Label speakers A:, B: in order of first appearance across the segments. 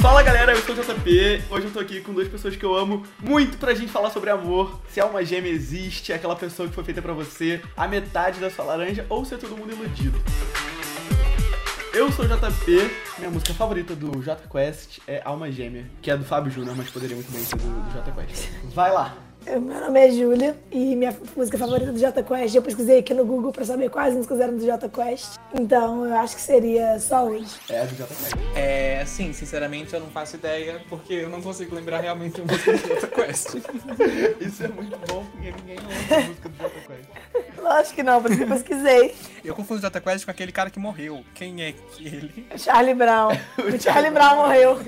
A: Fala galera, eu sou o JP. Hoje eu tô aqui com duas pessoas que eu amo muito pra gente falar sobre amor. Se a alma gêmea existe, é aquela pessoa que foi feita pra você, a metade da sua laranja, ou se é todo mundo iludido. Eu sou o JP, minha música favorita do J Quest é Alma Gêmea, que é do Fábio Júnior, mas poderia muito bem ser do, do J Quest. Vai lá!
B: Eu- Meu nome é Júlia e minha música favorita do Jota Quest, eu pesquisei aqui no Google pra saber quais músicas eram do Jota Quest. Então eu acho que seria só hoje.
A: É a do J Quest.
C: É, sim, sinceramente eu não faço ideia, porque eu não consigo lembrar realmente um a música de Jota Quest.
A: Isso é muito bom porque ninguém ouve a música do J Quest.
B: Lógico que não, por isso que eu pesquisei.
C: Eu confundo Jota Quest com aquele cara que morreu. Quem é que ele?
B: Charlie Brown. o Charlie Brown morreu.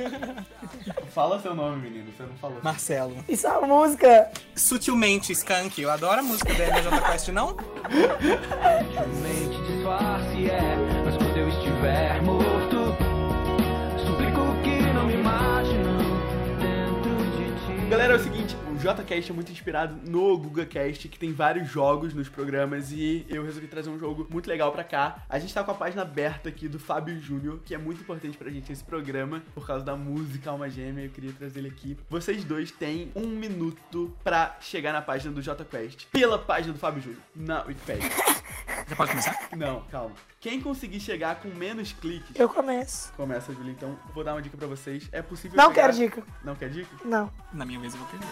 A: Fala seu nome, menino, você não falou.
C: Marcelo.
B: E sua música?
C: Sutilmente Skank, eu adoro a música dele da Jota Quest, não?
D: Mente disfarce é, mas quando eu estiver morto, suplico que não me mate, não, dentro de ti.
A: Galera, é o seguinte, o JCast é muito inspirado no GugaCast, que tem vários jogos nos programas, e eu resolvi trazer um jogo muito legal pra cá. A gente tá com a página aberta aqui do Fábio Júnior, que é muito importante pra gente esse programa, por causa da música Alma Gêmea, eu queria trazer ele aqui. Vocês dois têm um minuto pra chegar na página do JQuest, pela página do Fábio Júnior, na Wikipedia.
C: Já pode começar?
A: Não, calma. Quem conseguir chegar com menos cliques...
B: Eu começo.
A: Começa, Júlia, então vou dar uma dica pra vocês. É possível
B: Não
A: chegar-
B: quero dica.
A: Não quer dica?
B: Não.
C: Na minha vez eu vou perder.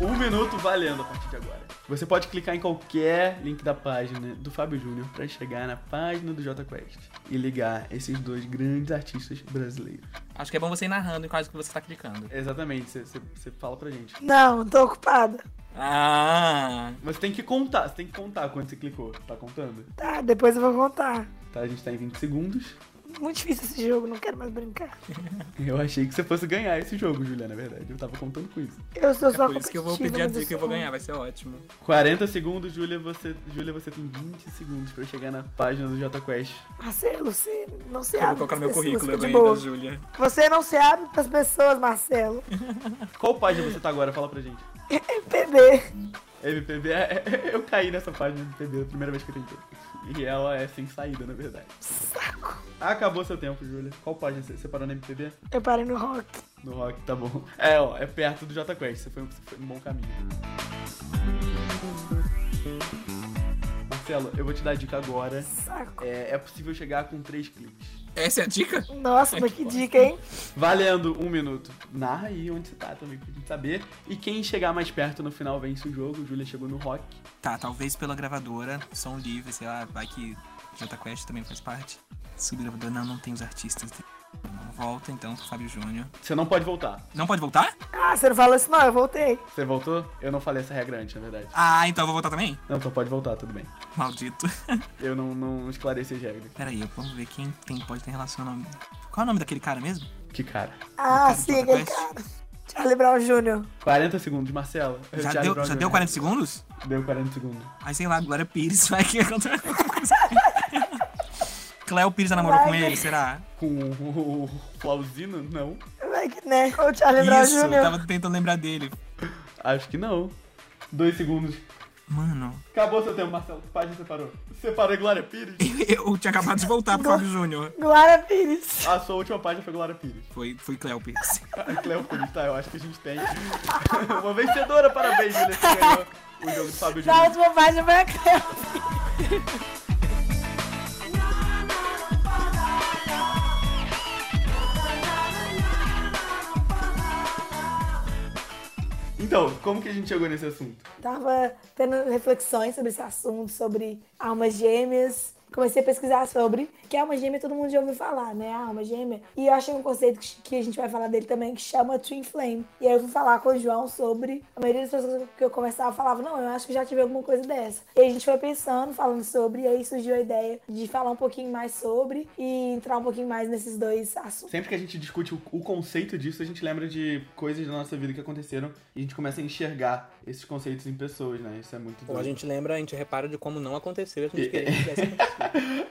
A: Um minuto valendo a partir de agora. Você pode clicar em qualquer link da página do Fábio Júnior pra chegar na página do JQuest e ligar esses dois grandes artistas brasileiros.
C: Acho que é bom você ir narrando em quais que você tá clicando.
A: Exatamente, você- você você fala pra gente.
B: Não, tô ocupada.
C: Ah!
A: Mas tem que contar, você tem que contar quando você clicou. Tá contando?
B: Tá, depois eu vou contar.
A: Tá, a gente tá em 20 segundos.
B: Muito difícil esse jogo, não quero mais brincar.
A: Eu achei que você fosse ganhar esse jogo, Juliana, na verdade. Eu tava contando com isso.
B: Eu sou
C: É
B: só
C: por isso que eu vou
B: competitiva,
C: pedir a
B: mas
C: dica que eu vou
B: sou-
C: ganhar, vai ser ótimo.
A: 40 segundos, Júlia, você, Júlia, você tem 20 segundos pra chegar na página do JQuest.
B: Marcelo, você não se
C: Eu vou
B: abre.
C: colocar no meu
B: pra Tá, esse
C: currículo, tá,
B: músico
C: eu
B: de
C: ganhei da
B: boa.
C: Júlia.
B: Você não se abre pras pessoas, Marcelo.
A: Qual página você tá agora? Fala pra gente.
B: MPB.
A: MPB, é- eu caí nessa página do MPB é a primeira vez que eu tentei. E ela é sem saída, na verdade.
B: Saco.
A: Acabou seu tempo, Júlia. Qual página você, você parou no MPB?
B: Eu parei no rock.
A: No rock, tá bom. É, ó, é perto do Jota Quest. Você foi, você foi um bom caminho. Marcelo, eu vou te dar a dica agora.
B: Saco.
A: É, é possível chegar com três cliques.
C: Essa é a dica?
B: Nossa, mas que dica, hein?
A: Valendo um minuto. Narra aí onde você tá também pra gente saber. E quem chegar mais perto no final vence o jogo. Júlia chegou no rock.
C: Tá, talvez pela gravadora, som livre, sei lá, vai que Jota Quest também faz parte. Subgravadora, não, não tem os artistas. Não volta então pro Fábio Júnior.
A: Você não pode voltar.
C: Não pode voltar?
B: Ah, você não falou isso não, eu voltei.
A: Você voltou? Eu não falei essa regra antes, na verdade.
C: Ah, então eu vou voltar também?
A: Não, só pode voltar, tudo bem.
C: Maldito.
A: Eu não, não esclareci as regras.
C: Pera aí, vamos ver quem tem, pode ter relacionamento. Qual é o nome daquele cara mesmo?
A: Que cara.
B: Ah,
C: Cara,
B: sim,
C: Jota
B: aquele
C: Quest.
B: cara. Charlie Brown Jr.
A: 40 segundos, Marcelo.
C: Já
A: É Charlie
C: deu,
A: Brown
C: já
A: Jr.
C: deu 40 segundos?
A: Deu 40 segundos.
C: Aí sei lá, Glória Pires vai que encontrar alguma coisa. Cléo Pires já namorou
B: Vai,
C: com
B: né?
C: ele, será?
A: Com o Flauzino? Não.
B: Vai que né? O Charlie Brown
C: Isso, eu
B: Jr.
C: tava tentando lembrar dele.
A: Acho que não. Dois segundos.
C: Mano,
A: Acabou seu tempo, Marcelo. Página separou. Separou Glória Pires.
C: eu tinha acabado de voltar pro Fábio Júnior.
B: Glória Pires.
A: A sua última página foi Glória Pires.
C: Foi, foi Cléo Pires.
A: A Cleo Pires, tá? Eu acho que a gente tem uma vencedora. Parabéns, Julia. Você ganhou o jogo do Fábio
B: Na
A: Júnior.
B: última página vai a Cleo.
A: Então, como que a gente chegou nesse assunto?
B: Tava tendo reflexões sobre esse assunto, sobre almas gêmeas. Comecei a pesquisar sobre que alma gêmea todo mundo já ouviu falar, né? A alma gêmea. E eu achei um conceito que- que a gente vai falar dele também, que chama Twin Flame. E aí eu fui falar com o João sobre. A maioria das pessoas que eu conversava falava, não, eu acho que já tive alguma coisa dessa. E aí a gente foi pensando, falando sobre, e aí surgiu a ideia de falar um pouquinho mais sobre e entrar um pouquinho mais nesses dois assuntos.
A: Sempre que a gente discute o, o conceito disso, a gente lembra de coisas da nossa vida que aconteceram e a gente começa a enxergar esses conceitos em pessoas, né? Isso é muito
E: Ou a
A: doido.
E: gente lembra, a gente repara de como não aconteceu e a
A: E-
E: gente queria que tivesse acontecido.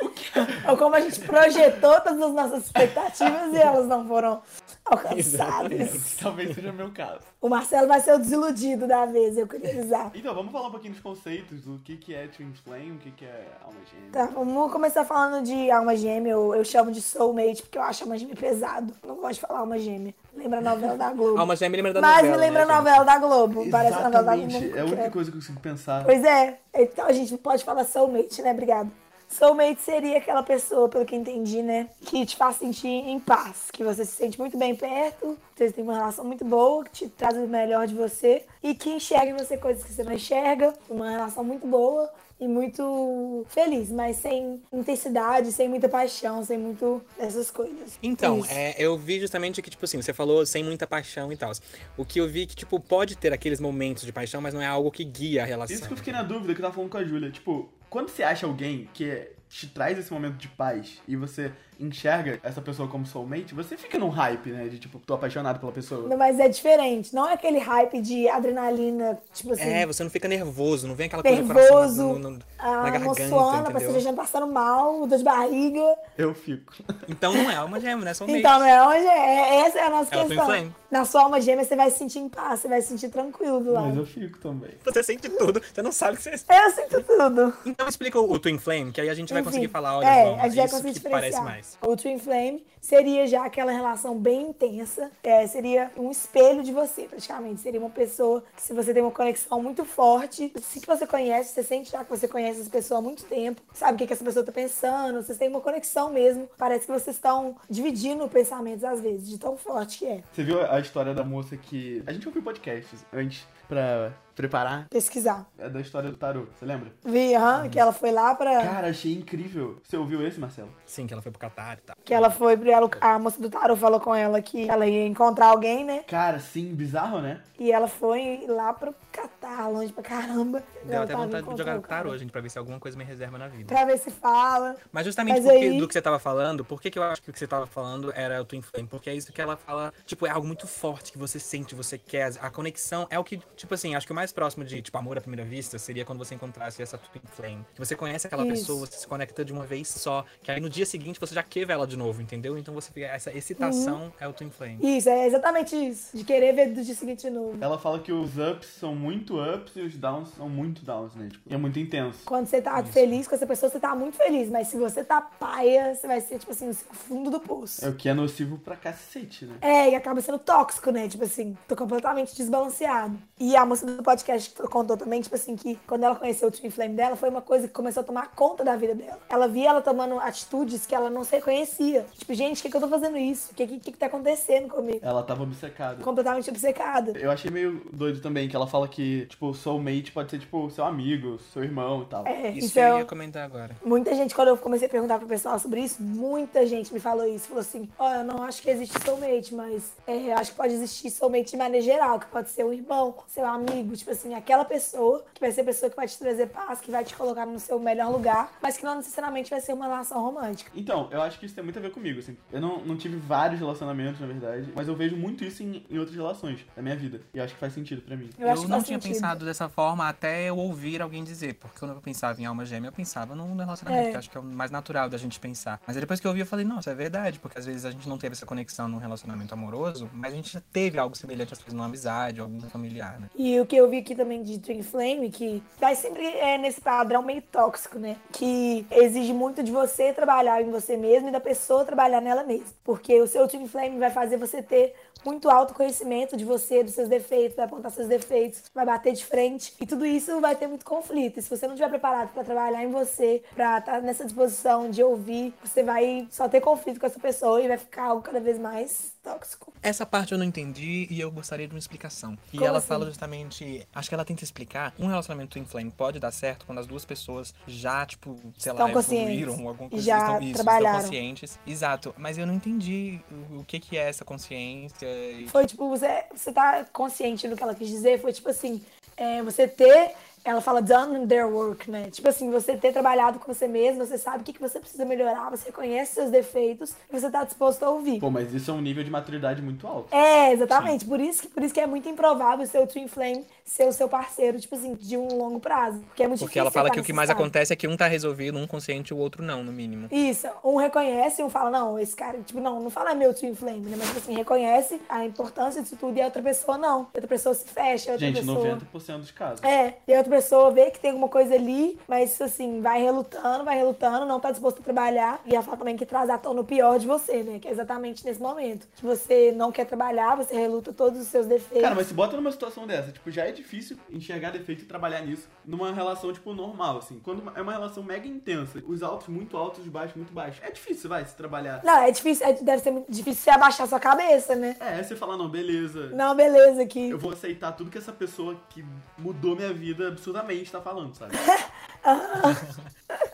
B: Ou Então, como a gente projetou todas as nossas expectativas e elas não foram alcançadas.
A: Talvez seja meu caso.
B: O Marcelo vai ser o desiludido da vez, eu queria avisar.
A: Então, vamos falar um pouquinho dos conceitos, do que, que é Twin Flame, o que, que é alma gêmea.
B: Tá, vamos começar falando de alma gêmea, eu, eu chamo de soulmate, porque eu acho alma gêmea pesado. Não gosto de falar alma gêmea. Lembra a novela da Globo.
C: Alma gêmea lembra da
B: Mas
C: novela,
B: me lembra
C: né,
B: a novela da Globo. Parece a novela da Globo.
A: Exatamente, é a única coisa que eu consigo pensar.
B: Pois é, então a gente pode falar soulmate, né? Obrigada. Soulmate seria aquela pessoa, pelo que entendi, né? Que te faz sentir em paz, que você se sente muito bem perto, vocês têm uma relação muito boa, que te traz o melhor de você e que enxerga em você coisas que você não enxerga, uma relação muito boa e muito feliz, mas sem intensidade, sem muita paixão, sem muito essas coisas.
C: Então,
B: Isso.
C: é, eu vi justamente que, tipo assim, você falou sem muita paixão e tal. O que eu vi é que, tipo, pode ter aqueles momentos de paixão, mas não é algo que guia a
B: é.
C: relação.
A: Isso que eu fiquei na dúvida que eu tava falando com a Júlia. Tipo, quando você acha alguém que é, te traz esse momento de paz e você enxerga essa pessoa como soulmate, você fica num hype, né? De tipo, tô apaixonado pela pessoa.
B: Não, Mas é diferente, não é aquele hype de adrenalina, tipo assim.
C: É, você não fica nervoso, não vem aquela coisa do
B: Nervoso,
C: coração no- no- na
B: a
C: garganta,
B: ah, moçoana, pra
C: entendeu?
B: cerveja passando mal, dor de barriga.
A: Eu fico.
C: Então não é alma gêmea, né? São
B: Então, né, onde é? Essa é a nossa
C: Ela tem
B: questão.
C: flame.
B: Na sua alma gêmea, você vai se sentir em paz, você vai se sentir tranquilo do
A: Mas
B: lado.
A: eu fico também.
C: Você sente tudo, você não sabe o que você
B: Eu... sinto tudo.
C: Então explica o o Twin Flame, que aí a gente vai conseguir
B: Enfim,
C: falar, olha,
B: é,
C: João,
B: a gente vai
C: isso
B: conseguir
C: que parece
B: diferenciar.
C: mais.
B: O Twin Flame seria já aquela relação bem intensa, é, seria um espelho de você, praticamente. Seria uma pessoa que, se você tem uma conexão muito forte, se que você conhece, você sente já que você conhece essa pessoa há muito tempo, sabe o que, que essa pessoa tá pensando, vocês têm uma conexão mesmo. Parece que vocês estão dividindo pensamentos às vezes, de tão forte que é.
A: Você viu a história da moça que. A gente ouviu podcasts antes pra preparar.
B: Pesquisar.
A: É da história do tarô, você lembra?
B: Vi, aham, que ela foi lá pra.
A: Cara, achei incrível. Você ouviu esse, Marcelo?
C: Sim, que ela foi pro Catar e tal.
B: Que ela foi pra ela. A moça do tarô falou com ela que ela ia encontrar alguém, né?
A: Cara, sim, bizarro, né?
B: E ela foi lá pro Catar, longe pra caramba.
C: Deu
B: Ela
C: até
B: tava
C: vontade de
B: encontrando
C: jogar
B: o cara.
C: tarô, gente, pra ver se alguma coisa me reserva na vida.
B: Pra ver se fala.
C: Mas justamente
B: Mas
C: porque
B: aí-
C: do que você tava falando, por que, que eu acho que o que você tava falando era o Twin Flame? Porque é isso que ela fala, tipo, é algo muito forte que você sente, você quer. A conexão é o que, tipo assim, acho que o mais próximo de, tipo, amor à primeira vista seria quando você encontrasse essa Twin Flame. Que você conhece aquela
B: Isso.
C: pessoa, você se conecta de uma vez só, que aí no dia seguinte você já quer ver ela de novo, entendeu? Então você fica, essa excitação
B: Uhum.
C: é o Twin Flame.
B: Isso, é exatamente isso. De querer ver do dia seguinte de novo.
A: Ela fala que os ups são muito ups e os downs são muito downs, né? Tipo, e é muito intenso.
B: Quando você tá feliz com essa pessoa, você tá muito feliz. Mas se você tá paia, você vai ser, tipo assim, o fundo do poço.
A: É o que é nocivo pra cacete, né?
B: É, e acaba sendo tóxico, né? Tipo assim, tô completamente desbalanceado. E a moça do podcast contou também, tipo assim, que quando ela conheceu o Twin Flame dela, foi uma coisa que começou a tomar conta da vida dela. Ela via ela tomando atitudes que ela não se reconhecia. Tipo, gente, o que, que eu tô fazendo isso? O que, que, que que tá acontecendo comigo?
A: Ela tava obcecada.
B: Completamente obcecada.
A: Eu achei meio doido também que ela fala que, tipo, soulmate pode ser, tipo, seu amigo, seu irmão e tal.
B: É,
C: Isso
B: isso
C: que eu
B: é
C: ia comentar agora.
B: Muita gente, quando eu comecei a perguntar pro pessoal sobre isso, muita gente me falou isso. Falou assim: Ó, eu não acho que existe soulmate, mas é, eu acho que pode existir soulmate de maneira geral, que pode ser o irmão, seu amigo, tipo assim, aquela pessoa que vai ser a pessoa que vai te trazer paz, que vai te colocar no seu melhor lugar, mas que não necessariamente vai ser uma relação romântica.
A: Então, eu acho que isso tem muito a ver comigo, assim. Eu não, não tive vários relacionamentos, na verdade, mas eu vejo muito isso em, em outras relações da minha vida. E eu acho que faz sentido pra mim.
B: Eu, acho
C: eu
B: que
C: não
B: faz
C: tinha
B: sentido.
C: pensado dessa forma até eu ouvir alguém dizer, porque quando eu pensava em alma gêmea, eu pensava num relacionamento,
B: É.
C: que eu acho que é o mais natural da gente pensar. Mas aí depois que eu ouvi, eu falei, nossa, é verdade, porque às vezes a gente não teve essa conexão num relacionamento amoroso, mas a gente já teve algo semelhante, às vezes, numa amizade, ou algum familiar, né?
B: E o que eu vi aqui também de Twin Flame, que vai sempre é, nesse padrão meio tóxico, né? Que exige muito de você trabalhar em você mesmo e da pessoa trabalhar nela mesma. Porque o seu Twin Flame vai fazer você ter muito autoconhecimento de você, dos seus defeitos, vai apontar seus defeitos, vai bater de frente. E tudo isso vai ter muito conflito. E se você não estiver preparado pra trabalhar em você, pra estar nessa disposição de ouvir, você vai só ter conflito com essa pessoa e vai ficar algo cada vez mais tóxico.
C: Essa parte eu não entendi e eu gostaria de uma explicação. E
B: Como
C: ela
B: assim?
C: fala justamente. Acho que ela tenta explicar. Um relacionamento twin flame pode dar certo quando as duas pessoas já, tipo, sei lá,
B: Estão conscientes.
C: evoluíram ou alguma coisa.
B: Já
C: estão, isso,
B: trabalharam.
C: estão conscientes. Exato. Mas eu não entendi o, o que, que é essa consciência. e-
B: Foi tipo, você, você tá consciente do que ela quis dizer, foi tipo assim, é, você ter Ela fala done their work, né? Tipo assim, você ter trabalhado com você mesmo, você sabe o que, que você precisa melhorar, você reconhece seus defeitos e você tá disposto a ouvir.
A: Pô, mas isso é um nível de maturidade muito alto.
B: É, exatamente. Por isso, que, por isso que é muito improvável o seu Twin Flame ser o seu parceiro, tipo assim, de um longo prazo. Porque é muito
C: Porque
B: difícil
C: ela fala
B: você
C: que o
B: tá
C: que mais
B: nesse estado.
C: acontece é que um tá resolvido, um consciente, o outro não, no mínimo.
B: Isso, um reconhece, um fala, não, esse cara, tipo, não, não fala meu Twin Flame, né? Mas tipo assim, reconhece a importância disso tudo e a outra pessoa não. A outra pessoa se fecha, a É, outra
A: Gente,
B: pessoa.
A: 90% dos casos.
B: É, e a outra pessoa vê que tem alguma coisa ali, mas tipo assim, vai relutando, vai relutando, não tá disposto a trabalhar. E ela fala também que traz à tona o pior de você, né? Que é exatamente nesse momento. Que você não quer trabalhar, você reluta todos os seus defeitos.
A: Cara, mas se bota numa situação dessa, tipo, já é difícil enxergar defeito e trabalhar nisso numa relação, tipo, normal, assim. Quando é uma relação mega intensa, os altos muito altos, os baixos muito baixos. É difícil, vai, se trabalhar.
B: Não, é difícil, é- deve ser muito difícil você abaixar sua cabeça, né?
A: É, você falar, não, beleza.
B: Não, beleza, que.
A: Eu vou aceitar tudo que essa pessoa que mudou minha vida absurdamente tá falando, sabe?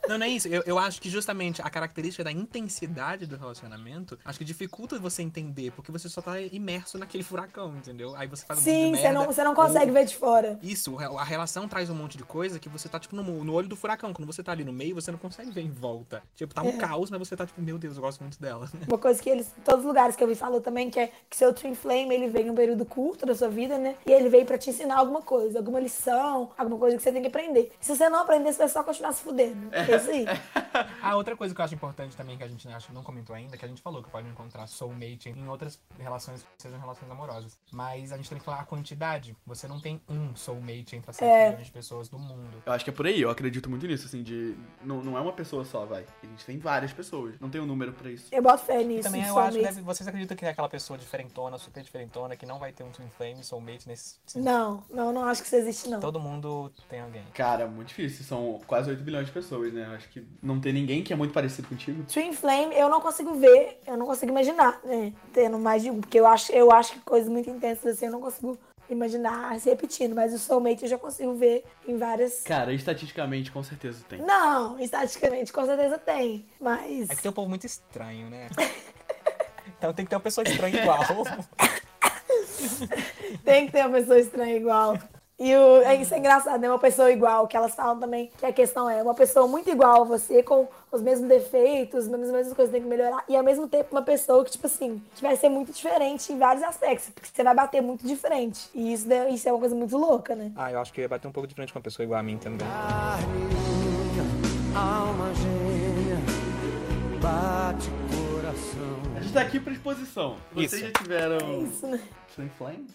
C: Não, não é isso. Eu, eu acho que justamente a característica da intensidade do relacionamento, acho que dificulta você entender, porque você só tá imerso naquele furacão, entendeu? Aí você faz um monte de
B: Sim, você
C: merda,
B: não, você não consegue
C: ou-
B: ver de fora.
C: Isso, a relação traz um monte de coisa que você tá, tipo, no, no olho do furacão. Quando você tá ali no meio, você não consegue ver em volta. Tipo, tá um caos, mas você tá, tipo, meu Deus, eu gosto muito dela.
B: Uma coisa que eles, todos os lugares que eu vi falou também, que é que seu Twin Flame, ele veio em um período curto da sua vida, né? E ele veio pra te ensinar alguma coisa, alguma lição, alguma coisa que você tem que aprender. Se você não aprender, você vai só continuar se fudendo. É isso aí.
C: Ah, outra coisa que eu acho importante também, que a gente né, acho, que não comentou ainda, que a gente falou que pode encontrar soulmate em outras relações que sejam relações amorosas. Mas a gente tem que falar a quantidade. Você não tem um soulmate entre as 7
B: É.
C: milhões de pessoas do mundo.
A: Eu acho que é por aí, eu acredito muito nisso, assim, de. Não, não é uma pessoa só, vai. A gente tem várias pessoas. Não tem um número pra isso.
B: Eu boto fé
C: E
B: nisso.
C: também eu
B: somente.
C: acho que deve- vocês acreditam que é aquela pessoa diferentona, super diferentona, que não vai ter um twin flame, soulmate nesse...
B: assim. Não, não, não acho que isso existe, não.
C: Todo mundo tem alguém.
A: Cara, é muito difícil. São quase 8 bilhões de pessoas, né? Eu acho que não tem ninguém que é muito parecido contigo.
B: Twin Flame, eu não consigo ver, eu não consigo imaginar, né? Tendo mais de um, porque eu acho, eu acho que coisas muito intensas assim, eu não consigo imaginar se repetindo, mas o Soulmate eu já consigo ver em várias.
A: Cara, estatisticamente, com certeza tem.
B: Não, estatisticamente com certeza tem, mas.
C: É que tem um povo muito estranho, né? Então tem que ter uma pessoa estranha igual.
B: Tem que ter uma pessoa estranha igual. E o, é isso é engraçado, né? Uma pessoa igual, que elas falam também que a questão é uma pessoa muito igual a você, com os mesmos defeitos, as mesmas coisas que tem que melhorar, e ao mesmo tempo uma pessoa que, tipo assim, que vai ser muito diferente em vários aspectos, porque você vai bater muito diferente. E isso, deve- isso é uma coisa muito louca, né?
C: Ah, eu acho que eu ia bater um pouco de frente com uma pessoa igual a mim também.
D: Alma gêmea, bate coração.
A: A gente tá aqui pra exposição. Vocês
C: Isso.
A: já tiveram.
B: Isso, né?
A: Twin Flame?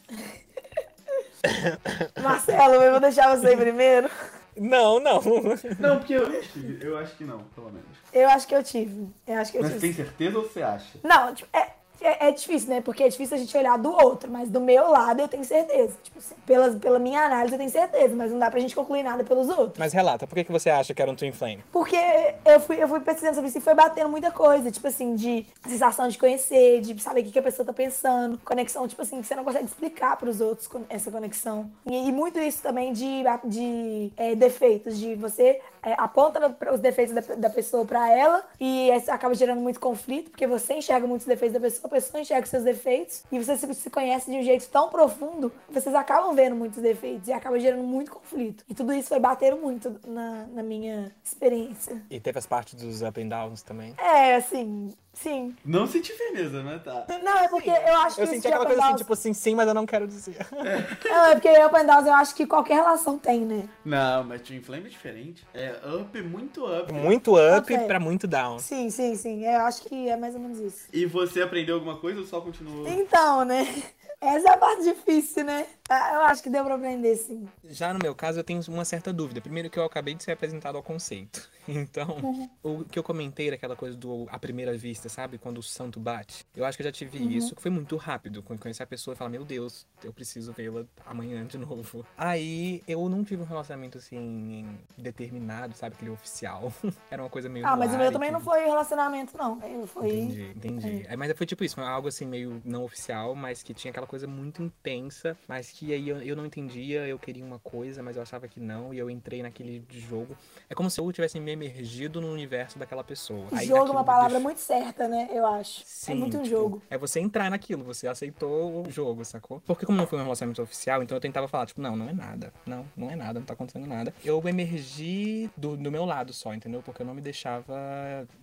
B: Marcelo, eu vou deixar você primeiro.
C: Não, não.
A: Não, porque eu não tive. Eu acho que não, pelo menos.
B: Eu acho que eu tive. Eu acho que eu
A: Mas você
B: tive.
A: tem certeza ou você acha?
B: Não, tipo, é, é, é difícil, né? Porque é difícil a gente olhar do outro, mas do meu lado eu tenho certeza. Tipo, assim, pela, pela minha análise eu tenho certeza, mas não dá pra gente concluir nada pelos outros.
C: Mas relata, por que, que você acha que era um Twin Flame?
B: Porque eu fui, eu fui pesquisando sobre isso e foi batendo muita coisa, tipo assim, de sensação de conhecer, de saber o que que a pessoa tá pensando, conexão, tipo assim, que você não consegue explicar pros outros con- essa conexão. E, e muito isso também de, de é, defeitos, de você é, aponta pra- os defeitos da, da pessoa pra ela e isso acaba gerando muito conflito, porque você enxerga muitos defeitos da pessoa, a pessoa enxerga os seus defeitos e você se, se conhece de um jeito tão profundo que vocês acabam vendo muitos defeitos e acaba gerando muito conflito. E tudo isso foi bater muito na, na minha experiência.
C: E teve as partes dos up and downs também.
B: É, assim, sim.
A: Não senti firmeza, né? Tá.
B: Não, é porque eu acho que
C: Eu
B: isso
C: senti
B: de up
C: aquela
B: and
C: coisa assim,
B: downs-
C: tipo assim, sim, mas eu não quero dizer.
B: Não, é porque up and downs eu acho que qualquer relação tem, né?
A: Não, mas Twin Flame é diferente. É up, muito up.
C: Muito up
B: Ok.
C: pra muito down.
B: Sim, sim, sim. Eu acho que é mais ou menos isso.
A: E você aprendeu alguma coisa ou só continuou?
B: Então, né? Essa é a parte difícil, né? Ah, Eu acho que deu pra aprender, sim.
C: Já no meu caso, eu tenho uma certa dúvida. Primeiro que eu acabei de ser apresentado ao conceito. Então,
B: Uhum.
C: o que eu comentei era aquela coisa do a primeira vista, sabe? Quando o santo bate. Eu acho que eu já tive
B: Uhum.
C: isso, que foi muito rápido. Quando eu conheci a pessoa e falar, meu Deus, eu preciso vê-la amanhã de novo. Aí, eu não tive um relacionamento, assim, determinado, sabe? Aquele oficial. Era uma coisa meio
B: Ah,
C: no
B: mas o
C: ar
B: meu
C: e
B: também não
C: tudo.
B: foi relacionamento, não. Ele foi.
C: É, Entendi, entendi. É, mas foi tipo isso, foi algo assim meio não oficial, mas que tinha aquela coisa muito intensa, mas que aí eu, eu não entendia, eu queria uma coisa, mas eu achava que não, e eu entrei naquele jogo. É como se eu tivesse me emergido no universo daquela pessoa. Aí
B: jogo é
C: aquilo
B: uma
C: me
B: palavra
C: deixou-
B: muito certa, né? Eu acho. é muito um
C: tipo,
B: jogo.
C: É você entrar naquilo, você aceitou o jogo, sacou? Porque como não foi um relacionamento oficial, então eu tentava falar, tipo, não, não é nada. Não, não é nada, não tá acontecendo nada. Eu emergi do, do meu lado só, entendeu? Porque eu não me deixava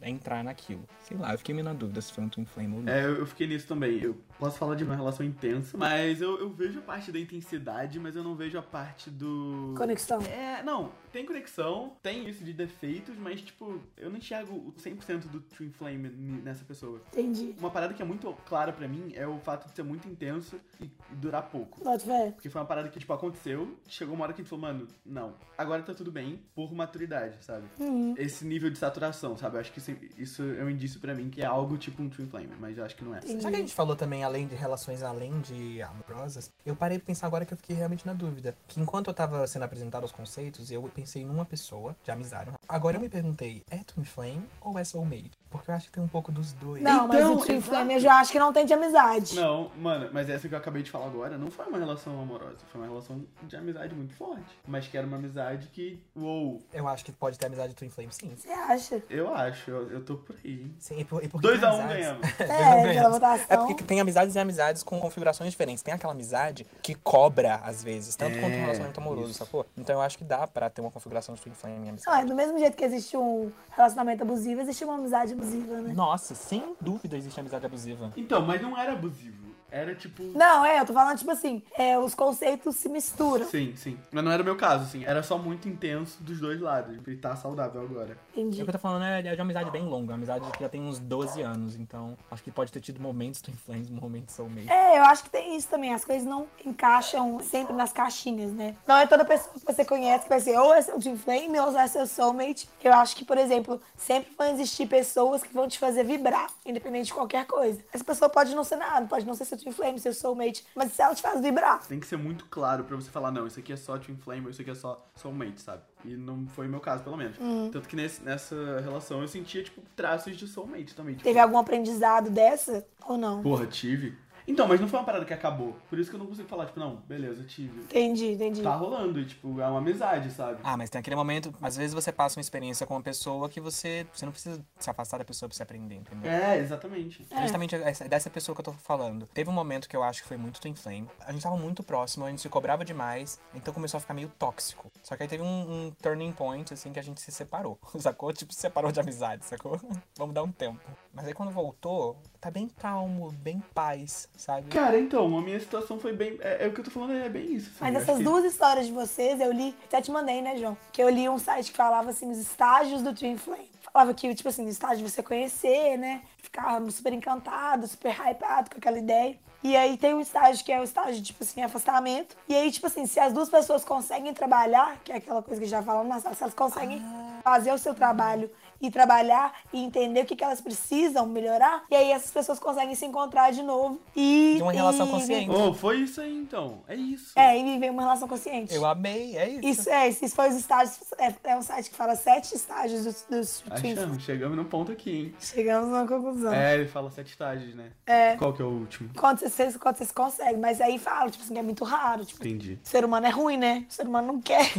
C: entrar naquilo. Sei lá, eu fiquei meio na dúvida se foi um Twin Flame ou não.
A: É, eu eu fiquei nisso também. Eu posso falar de uma relação intensa, mas eu, eu vejo a parte da intensidade, mas eu não vejo a parte do.
B: Conexão.
A: É, não, tem conexão, tem isso de defeitos, mas, tipo, eu não enxergo o 100% do Twin Flame n- nessa pessoa.
B: Entendi.
A: Uma parada que é muito clara pra mim é o fato de ser muito intenso e e durar pouco.
B: Bota fé.
A: Porque foi uma parada que, tipo, aconteceu, chegou uma hora que a gente falou, mano, não, agora tá tudo bem, por maturidade, sabe?
B: Uhum.
A: Esse nível de saturação, sabe? Eu acho que isso, isso é um indício pra mim que é algo tipo um Twin Flame, mas eu acho que não é.
E: Já que a gente falou também além de relações além de amorosas, eu parei pra pensar agora que eu fiquei realmente na dúvida. Que enquanto eu tava sendo apresentado aos conceitos, eu pensei numa pessoa de amizade. Agora eu me perguntei, é Twin Flame ou é Soulmate? Porque eu acho que tem um pouco dos dois.
B: Não, mas
A: Então,
B: o Twin
A: exato.
B: Flame eu já acho que não tem de amizade.
A: Não, mano, mas essa que eu acabei de falar agora não foi uma relação amorosa, foi uma relação de amizade muito forte. Mas que era uma amizade que, uou,
E: Eu acho que pode ter amizade de Twin Flame, sim.
B: Você acha?
A: eu acho, eu, eu tô por aí, hein?
E: sim e por, e por que
A: 2
E: tem
A: a 1 um
E: amizades?
A: ganhamos.
E: não
B: É,
E: ganha.
B: pela votação.
E: É porque tem amizades e amizades com configurações diferentes. Tem aquela amizade que cobra, às vezes, tanto quanto
A: É,
E: um relacionamento amoroso, sacou? Então eu acho que dá pra ter uma configuração de Twin Flame em amizade.
B: Não, é do mesmo jeito que existe um relacionamento abusivo, existe uma amizade abusiva, né?
C: Nossa, sem dúvida existe amizade abusiva.
A: Então, mas não era abusivo, era tipo...
B: Não, é, eu tô falando, tipo assim, é, os conceitos se misturam.
A: Sim, sim. Mas não era o meu caso, assim. Era só muito intenso dos dois lados. E tá saudável agora.
C: E o
B: Entendi.
C: que eu tô falando é de uma amizade bem longa, uma amizade que já tem uns 12 anos, então acho que pode ter tido momentos Twin Flames, momentos Soulmate.
B: É, eu acho que tem isso também. As coisas não encaixam sempre nas caixinhas, né? Não é toda pessoa que você conhece que vai ser ou é seu Team Flame ou é seu soulmate. Eu acho que, por exemplo, sempre vão existir pessoas que vão te fazer vibrar, independente de qualquer coisa. Essa pessoa pode não ser nada, pode não ser seu Team Flame, seu soulmate, mas se ela te faz vibrar,
A: Tem que ser muito claro pra você falar, não, isso aqui é só Twin Flame, ou isso aqui é só Soulmate, sabe? E não foi o meu caso, pelo menos.
E: Hum.
A: Tanto que nesse- nessa relação eu sentia, tipo, traços de Soulmate também. Tipo,
B: teve algum aprendizado dessa ou não?
A: Porra, tive. Então, mas não foi uma parada que acabou. Por isso que eu não consigo falar, tipo, não, beleza, tive.
B: Entendi, entendi.
A: Tá rolando, e, tipo, é uma amizade, sabe?
C: Ah, mas tem aquele momento, às vezes você passa uma experiência com uma pessoa que você, você não precisa se afastar da pessoa pra se aprender, entendeu?
A: É, exatamente.
C: É Justamente essa- dessa pessoa que eu tô falando. Teve um momento que eu acho que foi muito Twin Flame. A gente tava muito próximo, a gente se cobrava demais, então começou a ficar meio tóxico. Só que aí teve um, um turning point, assim, que a gente se separou, sacou? Tipo, se separou de amizade, sacou? Vamos dar um tempo. Mas aí quando voltou, tá bem calmo, bem paz, sabe?
A: Cara, então, a minha situação foi bem. É, é o que eu tô falando, é bem isso. sabe?
B: Mas
A: Eu
B: essas
A: acho que-
B: duas histórias de vocês, eu li, até te mandei, né, João? Que eu li um site que falava assim, os estágios do Twin Flame. Falava que, tipo assim, o estágio de você conhecer, né? Ficar super encantado, super hypado com aquela ideia. E aí tem um estágio que é o estágio, tipo assim, afastamento. E aí, tipo assim, se as duas pessoas conseguem trabalhar, que é aquela coisa que já falamos na sala, se elas conseguem
C: Ah.
B: fazer o seu trabalho e trabalhar e entender o que, que elas precisam melhorar, e aí essas pessoas conseguem se encontrar de novo e.
C: De uma relação
B: e-
C: consciente.
A: Oh, foi isso aí, então. É isso.
B: É, e viver uma relação consciente.
C: Eu amei, é isso.
B: Isso é, esses foram os estágios. É, é um site que fala sete estágios dos, dos Twin Flame.
A: Achamos, chegamos num ponto aqui, hein?
B: Chegamos numa conclusão.
A: É, ele fala sete estágios, né?
B: É.
A: Qual que é o último?
B: Quando vocês, quando vocês conseguem, mas aí fala, tipo assim, que é muito raro. Tipo,
A: Entendi.
B: o ser humano é ruim, né? O ser humano não quer.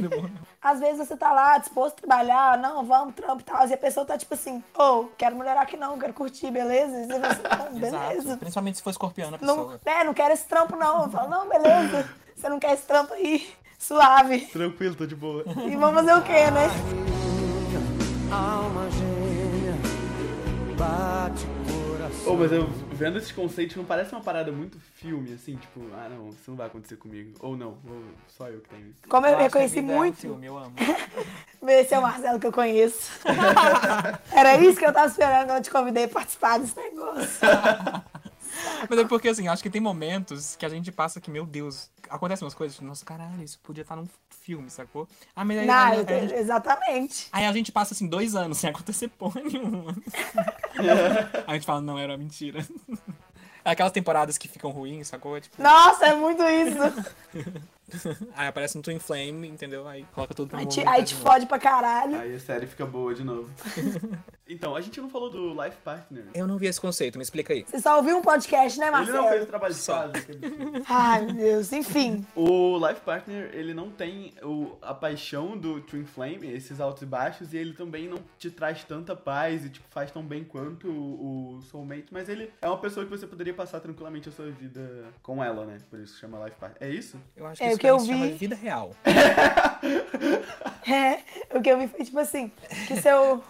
B: Às vezes você tá lá disposto a trabalhar, não, vamos, trampo e tal. E a pessoa tá tipo assim, ô, quero melhorar aqui não, quero curtir, beleza? E você fala assim, não,
C: Exato.
B: beleza.
C: Principalmente se for escorpião a pessoa.
B: Não, né, não quero esse trampo não. Eu falo, não, beleza. Você não quer esse trampo aí, suave.
A: Tranquilo, tô de boa.
B: E vamos fazer o quê, né?
D: Alma gêmea, bate o coração.
A: Ô, mas eu vendo esses conceitos não parece uma parada muito filme, assim, tipo, ah não, isso não vai acontecer comigo. Ou não, ou só eu que tenho isso.
B: Como eu,
C: acho que a
B: reconheci
C: vida é um
B: muito.
C: filme, eu amo.
B: Esse é o Marcelo que eu conheço. Era isso que eu tava esperando quando eu te convidei a participar desse negócio.
C: Mas é porque, assim, acho que tem momentos que a gente passa que, meu Deus, acontecem umas coisas, tipo, nossa, caralho, isso podia estar num filme, sacou? Ah, mas aí,
B: Não,
C: aí, aí a gente,
B: exatamente.
C: aí a gente passa, assim, dois anos sem acontecer porra nenhuma. a gente fala, não, era mentira. É Aquelas temporadas que ficam ruins, sacou? Tipo,
B: Nossa, é muito isso.
C: Aí aparece no Twin Flame, entendeu? Aí coloca tudo pra um
B: Aí te,
C: movimentar
B: aí
C: Tá de
B: te
C: novo.
B: fode pra caralho.
A: Aí a série fica boa de novo. então, a gente não falou do Life Partner.
C: Eu não vi esse conceito, me explica aí.
B: Você só ouviu um podcast, né,
A: Ele não fez o
B: Marcelo?
A: trabalho de
C: Só.
A: casa. que absurdo.
B: Ai, meu Deus. Enfim.
A: o Life Partner, ele não tem o, a paixão do Twin Flame, esses altos e baixos, e ele também não te traz tanta paz e tipo, faz tão bem quanto o, o Soulmate, mas ele é uma pessoa que você poderia passar tranquilamente a sua vida com ela, né? Por isso chama Life Partner. É isso?
C: Eu acho que
B: É, o
C: isso
B: que
C: pra
B: eu
C: mim se chama
B: vi-
C: vida real.
B: É, o que eu vi foi tipo assim, que
C: É
B: seu.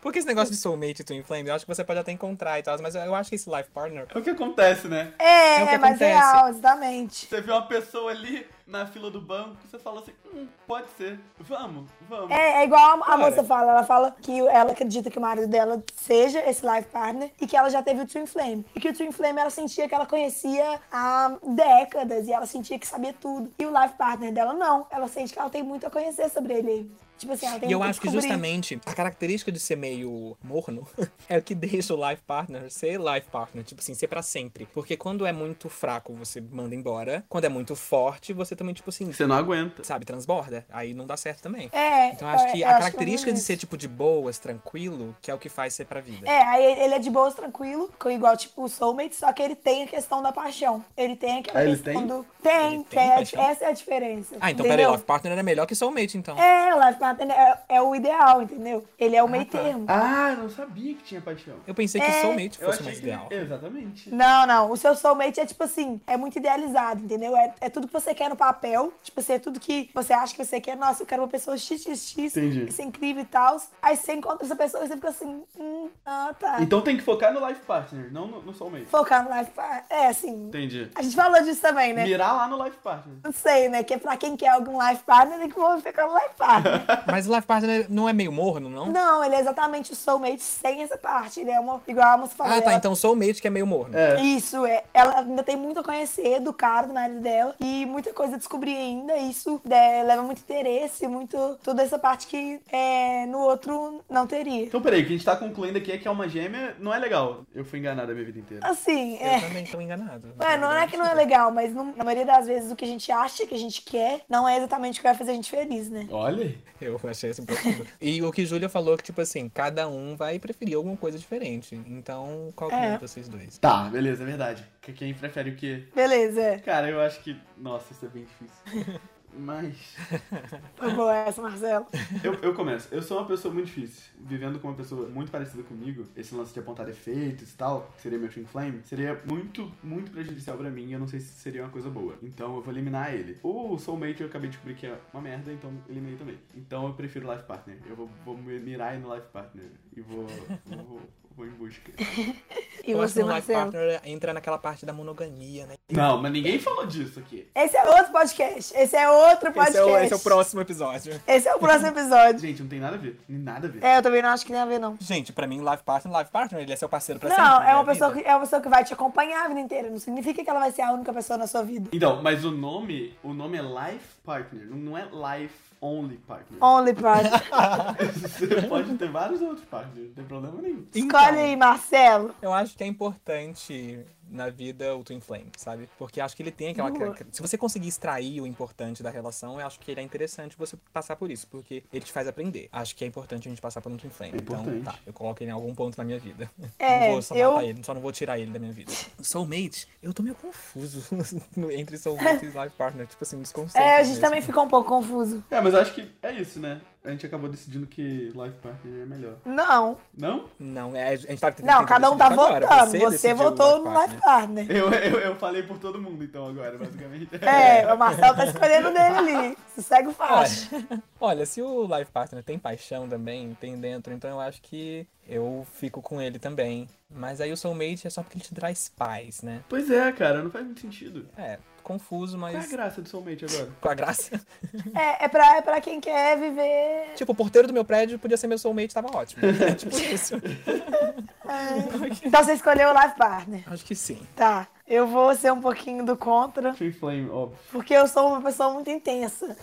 C: Porque esse negócio de soulmate e twin flame, eu acho que você pode até encontrar e tal, mas eu acho que esse life partner
A: É o que acontece, né?
B: É,
C: É o que
B: é mais
C: acontece.
B: real, exatamente.
A: Você vê uma pessoa ali na fila do banco, você fala assim, hum, pode ser. Vamos, vamos.
B: É, é igual a, a moça fala, ela fala que ela acredita que o marido dela seja esse life partner e que ela já teve o Twin Flame. E que o Twin Flame ela sentia que ela conhecia há décadas e ela sentia que sabia tudo. E o life partner dela não, ela sente que ela tem muito a conhecer sobre ele. Tipo assim, ela tem
C: E eu
B: muito a
C: acho que
B: descobrir.
C: justamente a característica de ser meio morno é o que deixa o life partner ser life partner, tipo assim, ser pra sempre. Porque quando é muito fraco, você manda embora. Quando é muito forte, você também, tipo assim,
A: Você não aguenta.
C: sabe, transborda. Aí não dá certo também.
B: É,
C: Então eu acho que
B: eu
C: a
B: acho
C: característica
B: é
C: de
B: isso.
C: ser, tipo, de boas, tranquilo, que é o que faz ser pra vida.
B: É, aí ele é de boas, tranquilo, com igual tipo o Soulmate, só que ele tem a questão da paixão. Ele tem aquela
A: Ah, ele
B: questão
A: tem?
B: do. Tem,
C: Ele tem
B: tem, a-
C: paixão?
B: essa é a diferença.
C: Ah, então
B: entendeu?
C: peraí, life partner era melhor que soulmate, então.
B: É, o Life Partner é, é o ideal, entendeu? Ele é o meio termo.
A: Ah, eu não sabia que tinha paixão.
C: Eu pensei que
B: É.
C: soulmate
A: Eu
C: fosse
A: achei
C: mais
A: que... é.
C: ideal.
A: Exatamente.
B: Não, não. O seu soulmate é tipo assim, é muito idealizado, entendeu? É, é tudo que você quer no papel. Tipo assim, é tudo que você acha que você quer. Nossa, eu quero uma pessoa XXX,
A: Entendi.
B: que é incrível e tal. Aí você encontra essa pessoa e você fica assim, hum, ah, tá.
A: Então tem que focar no life partner, não no, no soulmate.
B: Focar no life. par- É assim.
A: Entendi.
B: A gente falou disso também, né?
A: Mirar lá no life partner.
B: Não sei, né? Que é pra quem quer algum life partner, tem que ficar no life partner.
C: Mas life partner não é meio morno, não?
B: não, ele é exatamente o soulmate sem essa parte. Ele é uma, igual a moça falou.
C: Ah, tá,
B: ela-
C: então soulmate que é meio morno.
A: É.
B: Isso, é. Ela ainda tem muito a conhecer do cara, do marido dela, e muita coisa a descobrir ainda. e Isso né, leva muito interesse, muito. toda essa parte que é, no outro não teria.
A: Então peraí, o que a gente tá concluindo aqui é que alma gêmea não é legal. Eu fui enganado a minha vida inteira.
B: Assim,
C: Eu
B: é.
C: também tô enganado.
B: Ué, não é que não é legal, mas não- na maioria das vezes o que a gente acha que a gente quer não é exatamente o que vai fazer a gente feliz, né?
A: Olha.
C: Eu achei assim profundo. E o que Júlia falou que, tipo assim, cada um vai preferir alguma coisa diferente. Então, qual que é,
B: É.
C: vocês dois?
A: Tá, beleza, é verdade. Que- Quem prefere o quê?
B: Beleza, é.
A: Cara, eu acho que. Nossa, isso é bem difícil. Mas.
B: Foi boa essa, Marcelo.
A: Eu, eu começo. Eu sou uma pessoa muito difícil. Vivendo com uma pessoa muito parecida comigo, esse lance de apontar defeitos e tal, que seria meu Twin Flame, seria muito, muito prejudicial pra mim. e Eu não sei se seria uma coisa boa. Então eu vou eliminar ele. O Soulmate eu acabei de descobrir que é uma merda, então eliminei também. Então eu prefiro Life Partner. Eu vou, vou me mirar aí no Life Partner e vou, vou, vou, vou em busca.
B: E
C: eu acho que
B: você,
C: no Life
B: Marcelo?
C: Partner entra naquela parte da monogamia, né?
A: Não, mas ninguém falou disso aqui.
B: Esse é outro podcast. Esse é outro podcast.
C: Esse é, o, esse é o próximo episódio.
B: Esse é o próximo episódio.
A: Gente, não tem nada a ver. Nada a ver.
B: É, eu também não acho que tem a ver, não.
C: Gente, pra mim, Life Partner, Life Partner, ele é seu parceiro pra sempre.
B: Não, é
C: né,
B: uma,
C: vida.
B: pessoa que, é uma pessoa que vai te acompanhar a vida inteira. Não significa que ela vai ser a única pessoa na sua vida.
A: Então, mas o nome, o nome é Life Partner, não- não é Life Only Partner.
B: Only part.
A: Você pode ter vários outros partners, não tem problema nenhum.
C: Então.
B: Escolhe aí, Marcelo.
C: Eu acho que é importante na vida o Twin Flame, sabe? Porque acho que ele tem aquela.
B: Boa.
C: Se você conseguir extrair o importante da relação, eu acho que ele é interessante você passar por isso, porque ele te faz aprender. Acho que é importante a gente passar por um Twin Flame.
A: É
C: então,
A: importante.
C: tá, eu coloco ele em algum ponto na minha vida.
B: É,
C: não vou só
B: eu-
C: matar ele, só não vou tirar ele da minha vida. Soulmate, eu tô meio confuso entre Soulmate e Life Partner, tipo assim, desconceito.
B: É, a gente
C: mesmo.
B: também ficou um pouco confuso.
A: É, mas eu acho que é isso, né? A gente acabou decidindo que Life Partner é melhor.
B: Não,
A: Não?
C: Não, é, a gente tá tentando
B: não, cada um tá
C: decidir agora.
B: votando. Você,
C: decidiu
B: votou
C: Life
B: no
C: Partner.
B: Life Partner.
A: Eu, eu, eu falei por todo mundo, então, agora, basicamente.
B: É, o Marcelo tá escolhendo dele ali. Sossego fácil.
C: Olha, olha, se o Life Partner tem paixão também, tem dentro, então eu acho que eu fico com ele também. Mas aí o Soulmate é só porque ele te traz paz, né?
A: Pois é, cara, não faz muito sentido.
C: É, confuso,
A: Qual é a
C: mas
A: graça do Soulmate agora?
C: com a graça.
B: É, é, pra, é pra quem quer viver.
C: tipo, o porteiro do meu prédio podia ser meu Soulmate, tava ótimo. É tipo isso.
B: Então você escolheu o Life Partner.
C: Acho que sim.
B: Tá, eu vou ser um pouquinho do contra,
A: Twin Flame, óbvio.
B: porque eu sou uma pessoa muito intensa.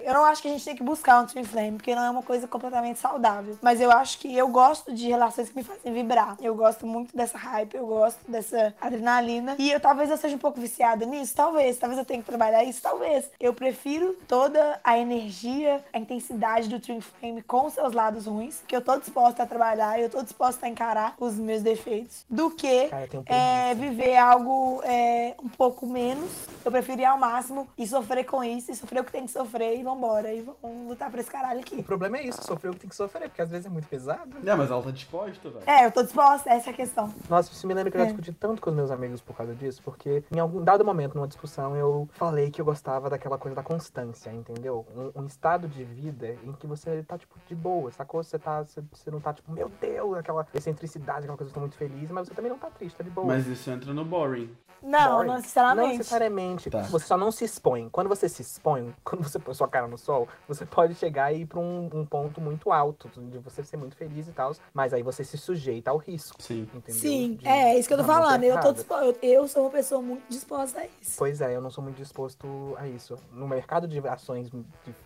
B: E eu não acho que a gente tem que buscar um twin flame, porque não é uma coisa completamente saudável. Mas eu acho que eu gosto de relações que me fazem vibrar. Eu gosto muito dessa hype, eu gosto dessa adrenalina. E eu talvez eu seja um pouco viciada nisso, talvez. Talvez eu tenha que trabalhar isso, talvez. Eu prefiro toda a energia, a intensidade do twin flame com seus lados ruins, que eu tô disposta a trabalhar, eu tô disposta a encarar os meus defeitos, do que
E: Cara, eu tenho
B: é, viver algo é, um pouco menos. Eu prefiro ir ao máximo e sofrer com isso, e sofrer o que tem que sofrer, e vambora, e vamos lutar pra esse caralho
E: O
B: aqui.
E: problema é isso, sofrer o que tem que sofrer, porque às vezes é muito pesado.
A: Não, mas ela tá disposta, velho.
B: É, eu tô disposta, essa é a questão.
E: Nossa, isso me lembra que eu já
B: É.
E: discuti tanto com os meus amigos por causa disso, porque em algum dado momento, numa discussão, eu falei que eu gostava daquela coisa da constância, entendeu? Um, um estado de vida em que você tá, tipo, de boa, sacou? Você, tá, você, você não tá, tipo, meu Deus, aquela excentricidade, aquela coisa, eu tô muito feliz, mas você também não tá triste, tá de boa.
A: Mas isso entra no boring.
B: Não,
E: Boring.
B: não
E: Não
B: necessariamente.
E: necessariamente.
A: Tá.
E: Você só não se expõe. Quando você se expõe, quando você põe sua cara no sol, você pode chegar e ir pra um, um ponto muito alto, de você ser muito feliz e tal, mas aí você se sujeita ao risco.
A: Sim.
E: Entendeu?
B: Sim,
E: De-
B: é, é isso que eu tô
E: uma mão
B: falando. Eu, tô
E: errada.
B: dispo... eu, eu sou uma pessoa muito disposta a isso.
E: Pois é, eu não sou muito disposto a isso. No mercado de ações de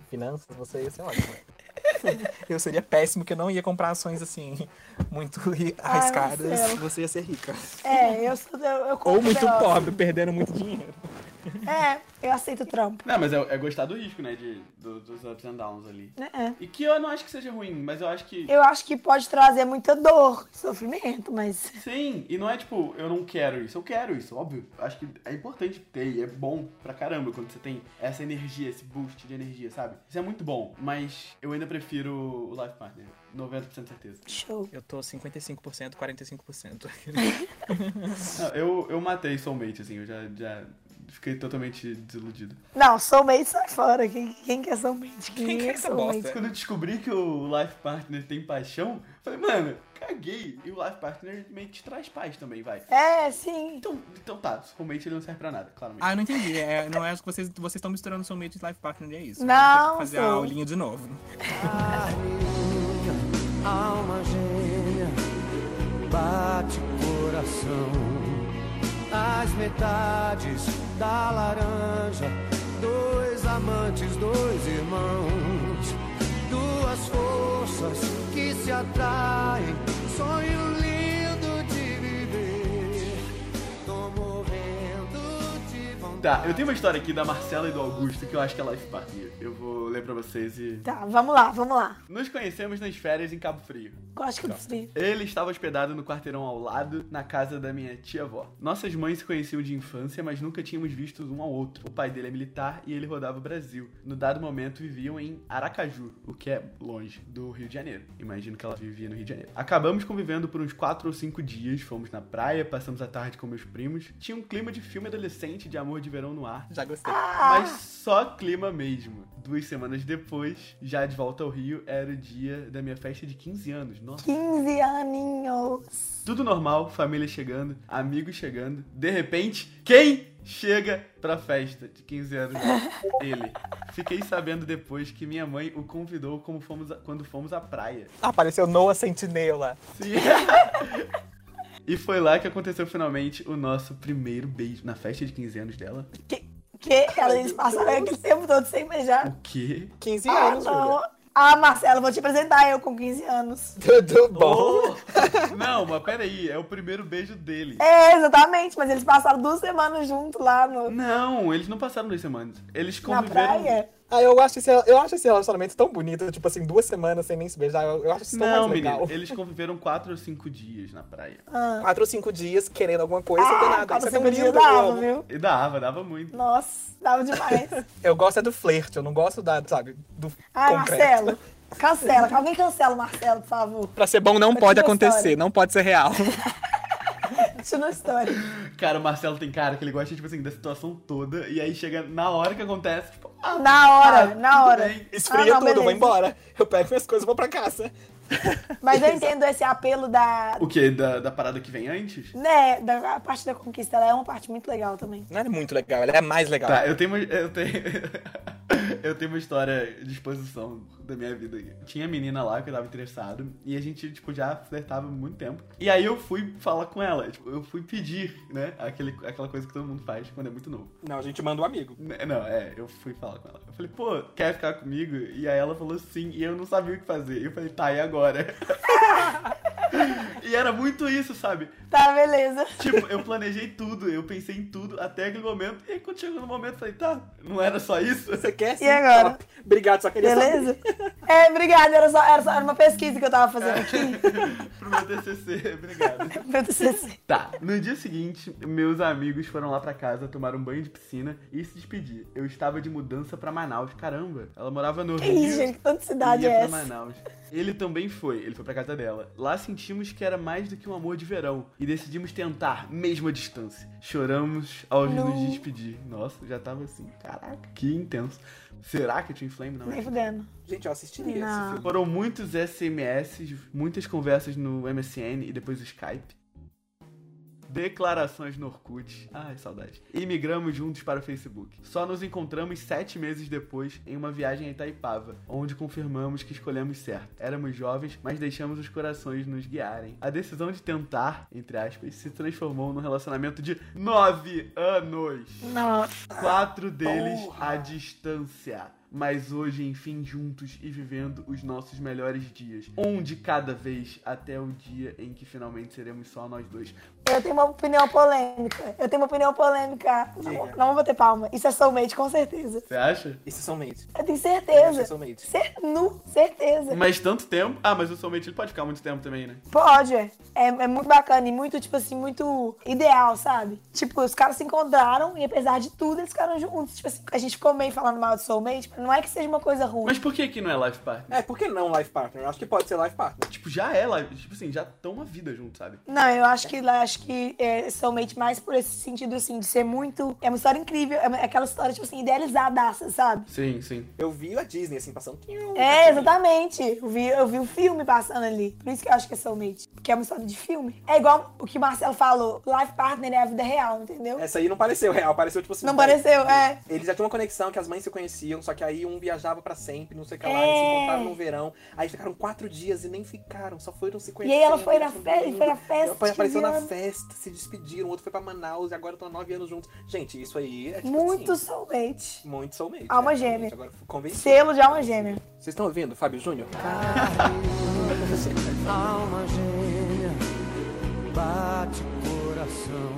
E: finanças, você ia ser ótimo.
C: Eu seria péssimo que eu não ia comprar ações assim, muito ri-
B: Ai,
C: arriscadas.
B: Marcelo.
C: Você ia ser rica.
B: É, eu sou. Eu, eu
C: Ou
B: compro
C: muito
B: BO.
C: pobre, perdendo muito dinheiro.
B: É, eu aceito o trampo.
A: Não, mas é, é gostar do risco, né? De, do- dos ups and downs ali.
B: né? É.
A: E que eu não acho que seja ruim, mas eu acho que.
B: Eu acho que pode trazer muita dor, sofrimento, mas.
A: Sim, e não é tipo, eu não quero isso, eu quero isso, óbvio. Eu Acho que é importante ter, e é bom pra caramba quando você tem essa energia, esse boost de energia, sabe? Isso é muito bom, mas eu ainda prefiro o Life Partner, 90% de certeza.
B: Show.
C: Eu tô 55%, 45%.
A: Não, eu, eu matei Soulmate, assim, eu já, já fiquei totalmente desiludido.
B: Não, soulmate sai fora. Quem, quem quer um soulmate?
C: Quem quer essa bosta?
A: Quando eu descobri que o Life Partner tem paixão, eu falei, mano, caguei. E o Life Partner meio que te traz paz também, vai.
B: É, sim.
A: Então, então tá, Soulmate ele não serve pra nada, claramente.
C: Ah, eu não entendi. É, não é que vocês vocês estão misturando soulmate e life partner, é isso.
B: Não,
C: Tem que Fazer a
B: sim.
C: aulinha de novo.
D: Alma gêmea, bate coração. As metades da laranja, dois amantes, dois irmãos. Duas forças que se atraem, sonho lindo de viver. Tô morrendo de vontade.
A: Tá, eu tenho uma história aqui da Marcela e do Augusto que eu acho que é life partner. Eu vou ler pra vocês e.
B: Tá, vamos lá, vamos lá.
A: Nos conhecemos nas férias em Cabo Frio.
B: Gosto
E: Tá.
B: que eu desfio.
A: Ele estava hospedado no quarteirão ao lado, na casa da minha tia-avó. Nossas mães se conheciam de infância, mas nunca tínhamos visto um ao outro. O pai dele é militar e ele rodava o Brasil. No dado momento, viviam em Aracaju, o que é longe do Rio de Janeiro. Imagino que ela vivia no Rio de Janeiro. Acabamos convivendo por uns 4 ou 5 dias, fomos na praia, passamos a tarde com meus primos. Tinha um clima de filme adolescente de amor de verão no ar,
C: Já gostei.
B: Ah,
A: mas só clima mesmo. Duas semanas depois, já de volta ao Rio, era o dia da minha festa de 15 anos. Nossa.
B: 15 aninhos.
A: Tudo normal, família chegando, amigos chegando. De repente, quem chega pra festa de 15 anos? Ele. Fiquei sabendo depois que minha mãe o convidou como fomos a- quando fomos à praia.
E: Apareceu Noah Sentinela.
A: Sim. E foi lá que aconteceu finalmente o nosso primeiro beijo na festa de 15 anos dela.
B: Que eles passaram aquele tempo todo sem beijar.
A: O quê?
E: 15
B: Ah,
E: anos, Júlia.
B: não. Ah, Marcelo, vou te apresentar eu com 15 anos.
E: Tudo bom?
A: Não, mas peraí, é o primeiro beijo dele.
B: É, exatamente, mas eles passaram duas semanas junto lá
E: Hum,
B: no,
A: Não, eles não passaram duas semanas. Eles
B: na
A: conviveram.
B: praia.
E: Ah, eu acho, esse, eu acho esse relacionamento tão bonito, tipo assim, duas semanas sem nem se beijar. Eu, eu acho isso tão
A: Não,
E: mais legal.
A: menino, eles conviveram quatro ou cinco dias na praia.
B: Ah,
E: Quatro ou cinco dias querendo alguma coisa e tem
B: ah,
E: nada.
B: como
E: Isso é tão
B: sempre
E: lindo, eu
B: dava, né?
E: amo.
B: viu?
A: E dava, dava muito.
B: Nossa, dava demais.
E: Eu gosto é do flerte, eu não gosto da, sabe, do
B: Ai,
E: concreto.
B: Marcelo, cancela. Alguém cancela o Marcelo, por favor.
C: Pra ser bom não
B: Pra
C: pode
B: que gostar, né?
C: acontecer, não pode ser real.
B: Continua a história.
A: Cara, o Marcelo tem cara que ele gosta, tipo assim, da situação toda. E aí chega na hora que acontece, tipo, ah,
B: Na hora,
A: Ah,
B: na hora.
A: tudo bem.
B: Ah,
E: Esfria
B: não,
E: tudo, eu vou
B: beleza.
E: embora. Eu pego minhas coisas e vou pra casa.
B: Mas eu entendo esse apelo da.
A: O quê? Da, da parada que vem antes?
B: Né, da a parte da conquista, ela é uma parte muito legal também.
C: Não é muito legal, ela é a mais legal.
A: Tá, eu tenho uma, eu tenho, eu tenho uma história de exposição da minha vida. aqui. Tinha menina lá que eu tava interessado e a gente, tipo, já flertava há muito tempo. E aí eu fui falar com ela, tipo, eu fui pedir, né, aquele, aquela coisa que todo mundo faz quando é muito novo.
E: Não, a gente manda um amigo.
A: N- Não, é, eu fui falar com ela. Eu falei, pô, quer ficar comigo? E aí ela falou sim, e eu não sabia o que fazer. E eu falei, tá, e agora? e era muito isso, sabe?
B: Tá, beleza.
A: Tipo, eu planejei tudo, eu pensei em tudo até aquele momento. E aí, quando chegou no momento, eu falei, tá, não era só isso?
E: Você quer sim?
B: E agora?
E: Top. Obrigado, só queria saber.
B: Beleza? É, obrigada. Era só, era só era uma pesquisa que eu tava fazendo aqui
A: Pro meu TCC, obrigado.
B: pra TCC.
A: Tá, no dia seguinte, meus amigos foram lá pra casa tomar um banho de piscina e se despedir. Eu estava de mudança pra Manaus, caramba. Ela morava no
B: Que
A: Rio.
B: isso, gente? Que tanta cidade
A: ia
B: é
A: pra
B: essa?
A: Manaus. Ele também foi, ele foi pra casa dela. Lá sentimos que era mais do que um amor de verão e decidimos tentar, mesmo à distância. Choramos ao nos despedir. Nossa, já tava assim, caraca, que intenso. Será que eu tinha flame? Não,
B: Nem fudendo.
E: Gente, eu assistiria esse
B: Não.
E: filme.
A: foram muitos SMS, muitas conversas no MSN e depois o Skype. Declarações no Orkut. Ai, saudade. E migramos juntos para o Facebook. Só nos encontramos sete meses depois em uma viagem a Itaipava, onde confirmamos que escolhemos certo. Éramos jovens, mas deixamos os corações nos guiarem. A decisão de tentar, entre aspas, se transformou num relacionamento de nove anos.
B: Nossa.
A: Quatro deles à distância. Mas hoje, enfim, juntos e vivendo os nossos melhores dias. Um de cada vez, até o dia em que finalmente seremos só nós dois.
B: Eu tenho uma opinião polêmica. Eu tenho uma opinião polêmica. Não, não vou ter palma. Isso é soulmate, com certeza.
A: Você acha?
E: Esses são mates.
B: Eu tenho
E: Esses
A: é
B: certeza.
E: são mates.
B: Cer nu, certeza.
A: Mas tanto tempo. Ah, mas o somente ele pode ficar muito tempo também, né?
B: Pode, é. é. é muito bacana e muito, tipo assim, muito ideal, sabe? Tipo, os caras se encontraram e apesar de tudo, eles ficaram juntos. Tipo assim, a gente ficou meio falando mal de soulmate, mas não é que seja uma coisa ruim.
A: Mas por que que não é life partner?
E: É, por que não life partner? Eu Acho que pode ser life partner.
A: Tipo, já é life. Tipo assim, já estão uma vida junto, sabe?
B: Não, eu acho que lá acho que é soulmate mais por esse sentido, assim, de ser muito. É uma história incrível, é uma- é aquela história, tipo assim, idealizadaça, sabe?
A: Sim, sim.
E: Eu vi a Disney, assim, passando...
B: É, exatamente. Eu vi, eu vi o filme passando ali. Por isso que eu acho que é soulmate. Porque é uma história de filme. É igual o que o Marcelo falou: life partner é a vida real, entendeu?
E: Essa aí não pareceu real, pareceu tipo assim...
B: Não pareceu, é.
E: Eles já tinham uma conexão que as mães se conheciam, só que aí um viajava pra sempre, não sei o que lá,
B: É.
E: eles se encontraram no verão. Aí ficaram quatro dias e nem ficaram, só foram se
B: E
E: conhecer.
B: aí ela foi na festa, ele foi na festa. né?
E: apareceu na
B: tive
E: festa, se despediram, o outro foi pra Manaus e agora estão há nove anos juntos. Gente, isso aí é tipo
B: Muito
E: assim,
B: somente.
E: muito soulmate.
B: Alma
E: né,
B: gêmea.
E: realmente. Agora fui convencido.
B: Selo de alma gêmea.
E: Vocês estão ouvindo, Fábio Júnior?
D: Alma gêmea, bate o coração.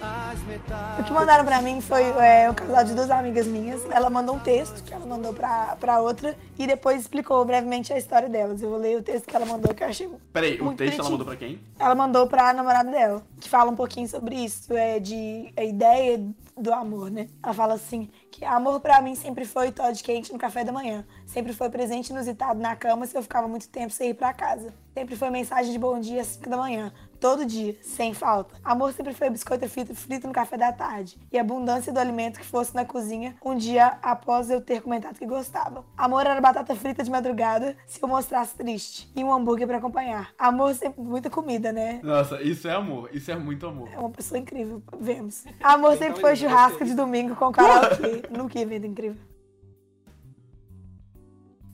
D: As
B: O que
D: metades.
B: mandaram pra mim foi é, o casal de duas amigas minhas. Ela mandou um texto que ela mandou pra, pra outra e depois explicou brevemente a história delas. Eu vou ler o texto que ela mandou, que eu achei.
A: Peraí, o
B: muito
A: texto ela
B: bonitinho.
A: mandou pra quem?
B: Ela mandou pra namorada dela, que fala um pouquinho sobre isso, é de a ideia do amor, né? Ela fala assim, que amor pra mim sempre foi Todd quente no café da manhã, sempre foi presente inusitado na cama se eu ficava muito tempo sem ir pra casa. Sempre foi mensagem de bom dia às 5 da manhã, todo dia, sem falta. Amor sempre foi biscoito frito, frito no café da tarde e a abundância do alimento que fosse na cozinha um dia após eu ter comentado que gostava. Amor era batata frita de madrugada se eu mostrasse triste e um hambúrguer pra acompanhar. Amor sempre muita comida, né?
A: Nossa, isso é amor. Isso é muito amor.
B: É uma pessoa incrível, vemos. Amor sempre foi churrasco de domingo com karaokê. no que evento incrível.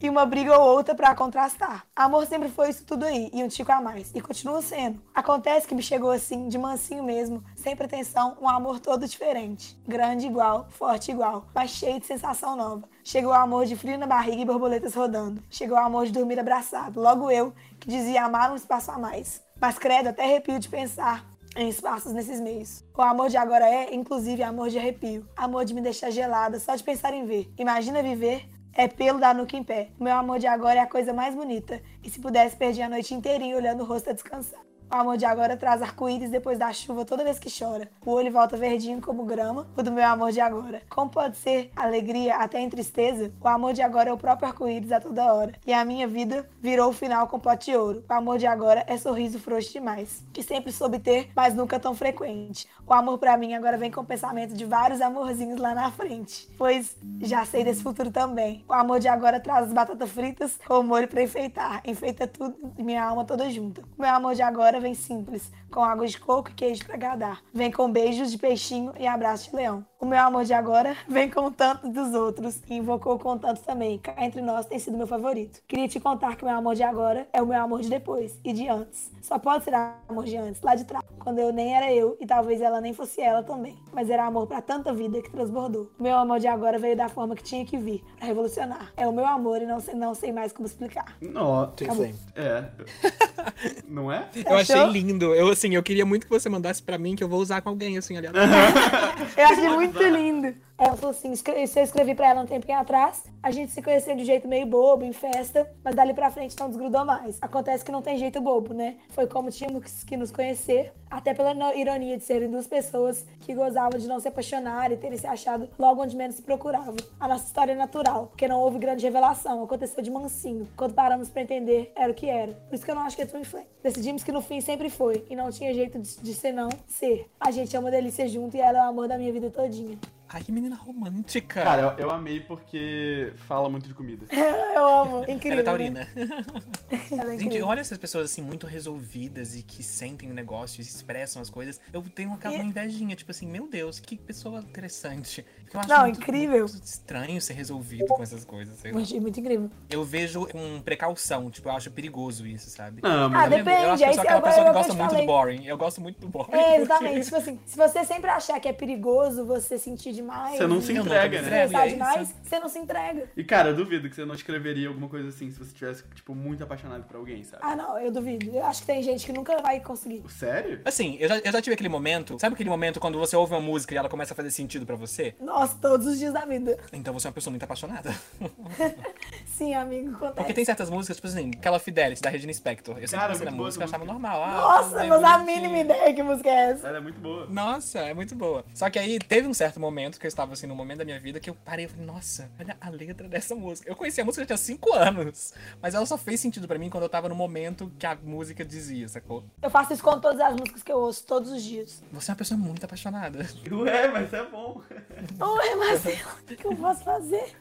B: E uma briga ou outra pra contrastar. Amor sempre foi isso tudo aí, e um tico a mais. E continua sendo. Acontece que me chegou assim, de mansinho mesmo, sem pretensão, um amor todo diferente. Grande igual, forte igual, mas cheio de sensação nova. Chegou o amor de frio na barriga e borboletas rodando. Chegou o amor de dormir abraçado. Logo eu, que dizia amar um espaço a mais. Mas credo, até arrepio de pensar em espaços nesses meios. O amor de agora é, inclusive, amor de arrepio. Amor de me deixar gelada só de pensar em ver. Imagina viver é pelo da nuca em pé. Meu amor de agora é a coisa mais bonita. E se pudesse, perdi a noite inteirinha olhando o rosto a descansar. O amor de agora traz arco-íris depois da chuva toda vez que chora. O olho volta verdinho como grama, o do meu amor de agora. Como pode ser alegria até em tristeza? O amor de agora é o próprio arco-íris a toda hora. E a minha vida virou o final com pote de ouro. O amor de agora é sorriso frouxo demais, que sempre soube ter, mas nunca tão frequente. O amor pra mim agora vem com o pensamento de vários amorzinhos lá na frente, pois já sei desse futuro também. O amor de agora traz as batatas fritas com molho pra enfeitar. Enfeita tudo, minha alma toda junta. O meu amor de agora vem simples, com água de coco e queijo pra agradar. Vem com beijos de peixinho e abraço de leão. O meu amor de agora vem com o tanto dos outros e invocou com o tanto também. Cá entre nós tem sido meu favorito. Queria te contar que o meu amor de agora é o meu amor de depois e de antes. Só pode ser amor de antes, lá de trás, quando eu nem era eu e talvez ela nem fosse ela também. Mas era amor pra tanta vida que transbordou. O meu amor de agora veio da forma que tinha que vir, pra revolucionar. É o meu amor e não sei, não sei mais como explicar.
A: Não,
B: Acabou. Tá
A: é. Não é?
C: Eu achei
B: Achou?
C: lindo. Eu, assim, eu queria muito que você mandasse pra mim, que eu vou usar com alguém, assim, aliás.
B: Eu achei muito lindo. Ela falou assim: escre- isso eu escrevi pra ela um tempinho atrás. A gente se conheceu de jeito meio bobo, em festa, mas dali pra frente não desgrudou mais. Acontece que não tem jeito bobo, né? Foi como tínhamos que nos conhecer, até pela no- ironia de serem duas pessoas que gozavam de não se apaixonar e terem se achado logo onde menos se procuravam. A nossa história é natural, porque não houve grande revelação, aconteceu de mansinho. Quando paramos pra entender, era o que era. Por isso que eu não acho que é tão inflame. Decidimos que no fim sempre foi, e não tinha jeito de, de ser não ser. A gente é uma delícia junto e ela é o amor da minha vida todinha.
C: Ai, que menina romântica.
A: Cara, eu, eu amei porque fala muito de comida.
B: Eu amo.
C: Ela
B: Incrível.
C: é taurina.
B: Né? Ela é
C: Gente,
B: incrível.
C: olha essas pessoas assim, muito resolvidas e que sentem o negócio e expressam as coisas. Eu tenho aquela
B: E-
C: invejinha, tipo assim, meu Deus, que pessoa interessante. Porque Eu acho
B: Não,
C: muito-
B: incrível.
C: muito estranho ser resolvido com essas coisas, sei lá.
B: Muito, muito incrível.
C: Eu vejo com precaução, tipo, eu acho perigoso isso, sabe?
A: Não,
B: Ah,
A: mas.
C: Eu lembro- Eu acho
B: depende.
C: que
B: Aí
C: eu
B: se
C: sou aquela
B: agora
C: pessoa
B: eu
C: que
B: vou te
C: gosta muito do
B: falei.
C: boring. Eu gosto muito do
B: É,
C: boring.
B: exatamente. Tipo assim, se você sempre achar que é perigoso você sentir demais.
A: Você não se
B: e
C: não tô
A: entrega,
C: me
A: né?
C: entregando.
B: pensar
C: entrega, e é
B: demais, você não se entrega.
A: E cara, eu duvido que você não escreveria alguma coisa assim se você tivesse, tipo, muito apaixonado por alguém, sabe?
B: Ah, não, eu duvido. Eu acho que tem gente que nunca vai conseguir.
A: Sério?
C: Assim, eu já, eu já tive aquele momento. Sabe aquele momento quando você ouve uma música e ela começa a fazer sentido pra você?
B: Nossa, todos os dias da vida.
C: Então você é uma pessoa muito apaixonada.
B: Sim, amigo,
C: Porque
B: acontece.
C: tem certas músicas, tipo assim, aquela Fidelity da Regina Spektor. Eu sempre
A: Cara,
C: gostei da
A: muito boa
C: música, eu
A: essa
C: achava normal. Ah,
B: Nossa,
C: é
B: não dá a
C: bonitinho.
B: mínima ideia que música é essa.
A: Ela é muito boa.
C: Nossa, é muito boa. Só que aí teve um certo momento que eu estava assim, num momento da minha vida, que eu parei e falei, nossa, olha a letra dessa música. Eu conheci a música já tinha 5 anos, mas ela só fez sentido pra mim quando eu tava no momento que a música dizia, sacou?
B: Eu faço isso com todas as músicas que eu ouço todos os dias.
C: Você é uma pessoa muito apaixonada.
A: Ué, mas é bom.
B: Ué, Marcelo, o que eu posso fazer?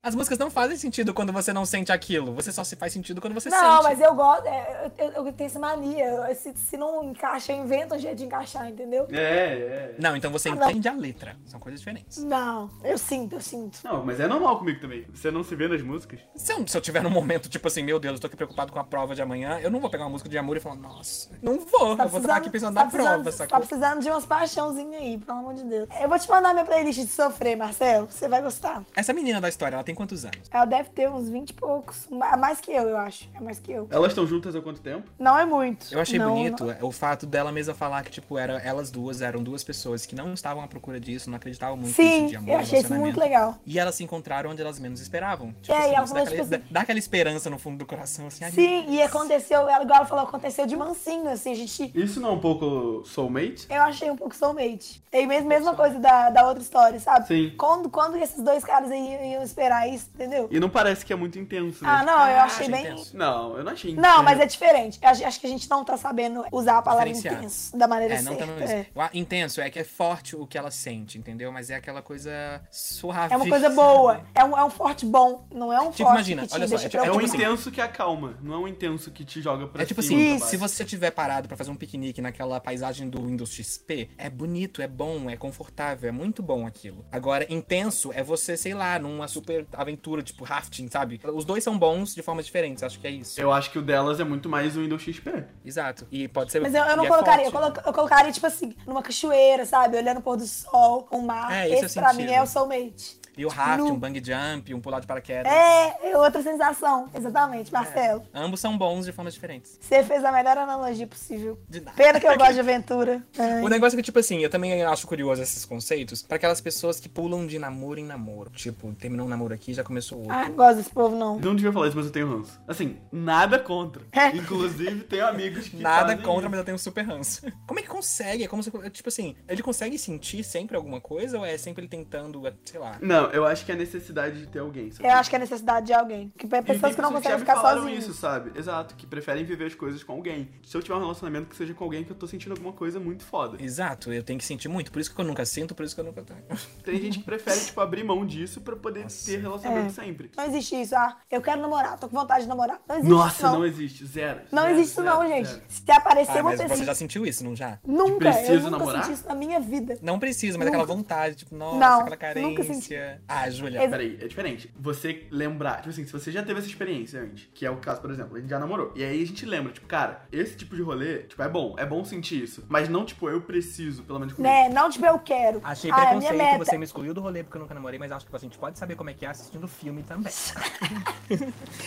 C: As músicas não fazem sentido quando você não sente aquilo. Você só se faz sentido quando você
B: não,
C: sente.
B: mas eu gosto. é, Eu, eu- eu tenho essa mania. eu- Se, se não encaixa, eu invento um jeito de encaixar, entendeu?
A: É, é.
C: Não, então você
B: Ah, não.
C: entende a letra. São coisas diferentes.
B: Não, eu sinto, eu sinto.
A: Não, mas é normal comigo também. Você não se vê nas músicas.
C: Se eu, se eu tiver num momento, tipo assim, meu Deus, eu tô aqui preocupado com a prova de amanhã, eu não vou pegar uma música de amor e falar, nossa, não vou. eu vou ficar aqui pensando na
B: tá precisando-
C: prova,
B: Tá
C: sacou?
B: precisando de umas paixãozinhas aí, pelo amor de Deus. Eu vou te mandar minha playlist de sofrer, Marcelo. Você vai gostar.
C: Essa menina da história, ela tem quantos anos?
B: Ela deve ter uns 20 e poucos. ma- Mais que eu, eu acho. É mais que eu.
A: Elas estão juntas há quanto tempo?
B: Não é muito.
C: Eu achei
B: Não,
C: bonito
B: não-
C: o fato dela mesma falar que, tipo, era, elas duas eram duas pessoas que não estavam à procura disso, não acreditavam muito nisso
B: Sim,
C: de amor,
B: eu achei isso muito
C: relacionamento.
B: legal.
C: E elas se encontraram onde elas menos esperavam. Tipo
B: É, e
C: assim,
B: ela falou,
C: isso dá,
B: tipo
C: aquela,
B: assim-
C: dá aquela esperança no fundo do coração, assim. ai, meu
B: Sim, e
C: Deus.
B: aconteceu, ela, igual ela falou, aconteceu de mansinho, assim, a gente.
A: Isso não é um pouco soulmate?
B: Eu achei um pouco soulmate. E mesmo, mesma coisa da, da outra história, sabe?
A: Sim.
B: Quando, quando esses dois caras aí iam, iam esperar isso, entendeu?
A: E não parece que é muito intenso, né?
B: Ah, não, eu
C: Ah,
B: achei
C: achei
B: bem.
C: intenso.
A: Não, eu não achei intenso.
B: Não, mas é diferente. Eu acho, acho que a gente não tá sabendo usar a palavra
C: Diferenciar.
B: intenso da maneira
C: É, não
B: certa.
C: tamo isso.
B: é.
C: O a- Intenso é que é forte o que ela sente, entendeu? Mas é aquela coisa suave.
B: É uma coisa boa. É um, é um forte bom. Não é um
C: Tipo,
B: forte
C: imagina,
B: que te
C: olha só,
B: deixa
C: é tipo-
A: É um
C: tipo assim-
B: preocupado.
A: intenso que acalma, não é um intenso que te joga pra
C: É tipo
A: cima,
C: assim,
A: pra
C: se
A: baixo.
C: você tiver parado pra fazer um piquenique naquela paisagem do Windows XP, é bonito, é bom, é confortável, é muito bom aquilo. Agora, intenso é você, sei lá, numa super aventura, tipo rafting, sabe? Os dois são bons de formas diferentes, acho que é isso.
A: Eu acho que o delas é muito mais o Windows XP.
C: Exato. E pode ser.
B: Mas eu, eu não
C: e é
B: colocaria, eu,
C: forte.
B: coloca- eu colocaria, tipo assim, numa cachoeira, sabe? Olhando o pôr do sol, o mar.
C: É, esse
B: esse
C: é o
B: pra
C: sentido.
B: mim é o soulmate.
C: E o raft,
B: No-
C: um bang jump, um pular de paraquedas.
B: É, é outra sensação. Exatamente, Marcelo.
C: Ambos são bons de formas diferentes.
B: Você fez a melhor analogia possível.
C: De nada.
B: Pena que eu gosto de aventura. Ai.
C: O negócio é que, tipo assim, eu também acho curioso esses conceitos pra aquelas pessoas que pulam de namoro em namoro. Tipo, terminou um namoro aqui já começou outro.
B: Ah, não gosto desse povo, não.
A: Não devia falar isso, mas eu tenho ranço. Assim, nada contra.
B: É.
A: Inclusive, tenho amigos que
C: Nada
A: fazem
C: contra,
A: isso.
C: mas eu tenho super ranço. Como é que consegue? É como se, tipo assim, ele consegue sentir sempre alguma coisa ou é sempre ele tentando, sei lá.
A: Não, eu acho que é a necessidade de ter alguém, sabe?
B: Eu acho que é necessidade de alguém. Que pra
A: E tem
B: pessoas que não
A: pessoas
B: conseguem
A: já me
B: ficar
A: falaram
B: sozinhas.
A: isso, sabe? Exato, que preferem viver as coisas com alguém. Se eu tiver um relacionamento que seja com alguém que eu tô sentindo alguma coisa muito foda.
C: Exato, eu tenho que sentir muito. Por isso que eu nunca sinto, por isso que eu nunca tenho.
A: Tem gente que prefere, tipo, abrir mão disso pra poder ter relacionamento
B: Uhum. É.
A: sempre.
B: Não existe isso. Ah, eu quero namorar, tô com vontade de namorar. Não existe isso,
A: Nossa,
B: não.
A: não existe. É, Zero.
B: Não
A: zero,
B: existe isso,
A: zero,
B: não, gente.
A: zero.
B: Se aparecer
C: Ah,
B: uma
C: mas
B: pessoa.
C: você já sentiu isso, não já?
B: Nunca, eu
A: Preciso
B: nunca
A: namorar?
B: senti isso na minha vida.
C: Não precisa, mas
B: Nunca.
C: aquela vontade, tipo, nossa,
B: Não,
C: aquela
B: nunca
C: carência. Ah, Júlia.
B: Ex-
A: Peraí, é diferente. Você lembrar, tipo assim, se você já teve essa experiência antes, que é o caso, por exemplo, a gente já namorou. E aí a gente lembra, tipo, cara, esse tipo de rolê, tipo, é bom, é bom sentir isso. Mas não, tipo, eu preciso, pelo menos comigo.
B: Né? Não tipo eu quero.
F: Achei
B: ah, é minha
F: preconceito,
B: meta.
F: você me excluiu do rolê porque eu nunca namorei, mas acho que a gente pode saber como é que é assistindo filme também.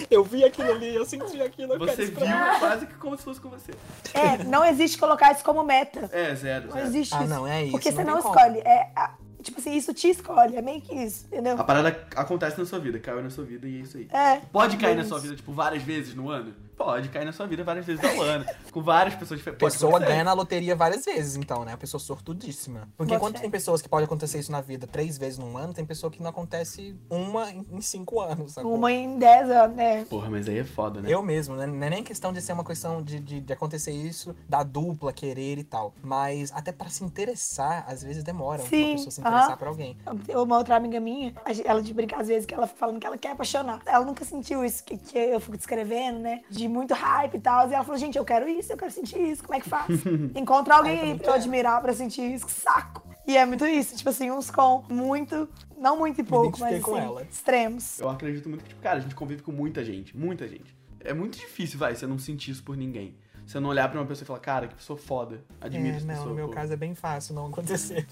C: Eu vi aquilo ali, eu senti aquilo, eu
A: Você viu quase que como se fosse com você.
B: É, não existe colocar isso como meta.
A: É, zero,
B: Não
A: zero.
B: existe
F: Ah,
B: isso.
F: não, é isso,
B: Porque
F: não
B: você
F: tem
B: não
F: como.
B: escolhe. É, a- tipo assim, isso te escolhe. É meio que isso, entendeu?
A: A parada acontece na sua vida, caiu na sua vida e é isso aí.
B: É.
A: Pode cair na
B: Isso.
A: sua vida, tipo, várias vezes no ano? Pode cair na sua vida várias vezes ao ano. com várias pessoas
F: A
A: diferentes. Pode
F: pessoa
B: é.
A: acontecer.
F: ganha na loteria várias vezes, então, né? A pessoa sortudíssima. Porque
B: Bota
F: enquanto
B: fé.
F: tem pessoas que pode acontecer isso na vida três vezes num ano, tem pessoa que não acontece uma em em cinco anos. sacou?
B: Uma em 10 anos, né?
A: Porra, mas aí é foda, né?
F: Eu mesmo, né? Não é nem questão de ser uma questão de, de, de acontecer isso, da dupla querer e tal. Mas até pra se interessar, às vezes demora
B: Sim,
F: uma pessoa se
B: aham.
F: interessar por alguém.
B: Uma outra amiga minha, a gen- ela de brinca às vezes que ela fica falando que ela quer apaixonar. Ela nunca sentiu isso que, que eu fico descrevendo, né? De muito hype e tal. E ela falou, gente, eu quero isso, eu quero sentir isso, como é que faz? Encontra alguém
F: tá
B: aí pra eu admirar, pra sentir isso, que saco. E é muito isso, tipo assim, uns com muito, não muito e pouco, mas
F: identifiquei com
B: assim,
F: ela.
B: extremos.
A: Eu acredito muito que, tipo, cara, a gente convive com muita gente, muita gente. É muito difícil, vai, você não sentir isso por ninguém. Você não olhar pra uma pessoa e falar, cara, que pessoa foda. Admiro
F: É,
A: essa
F: não,
A: pessoa.
F: no meu
A: pô.
F: caso é bem fácil não acontecer.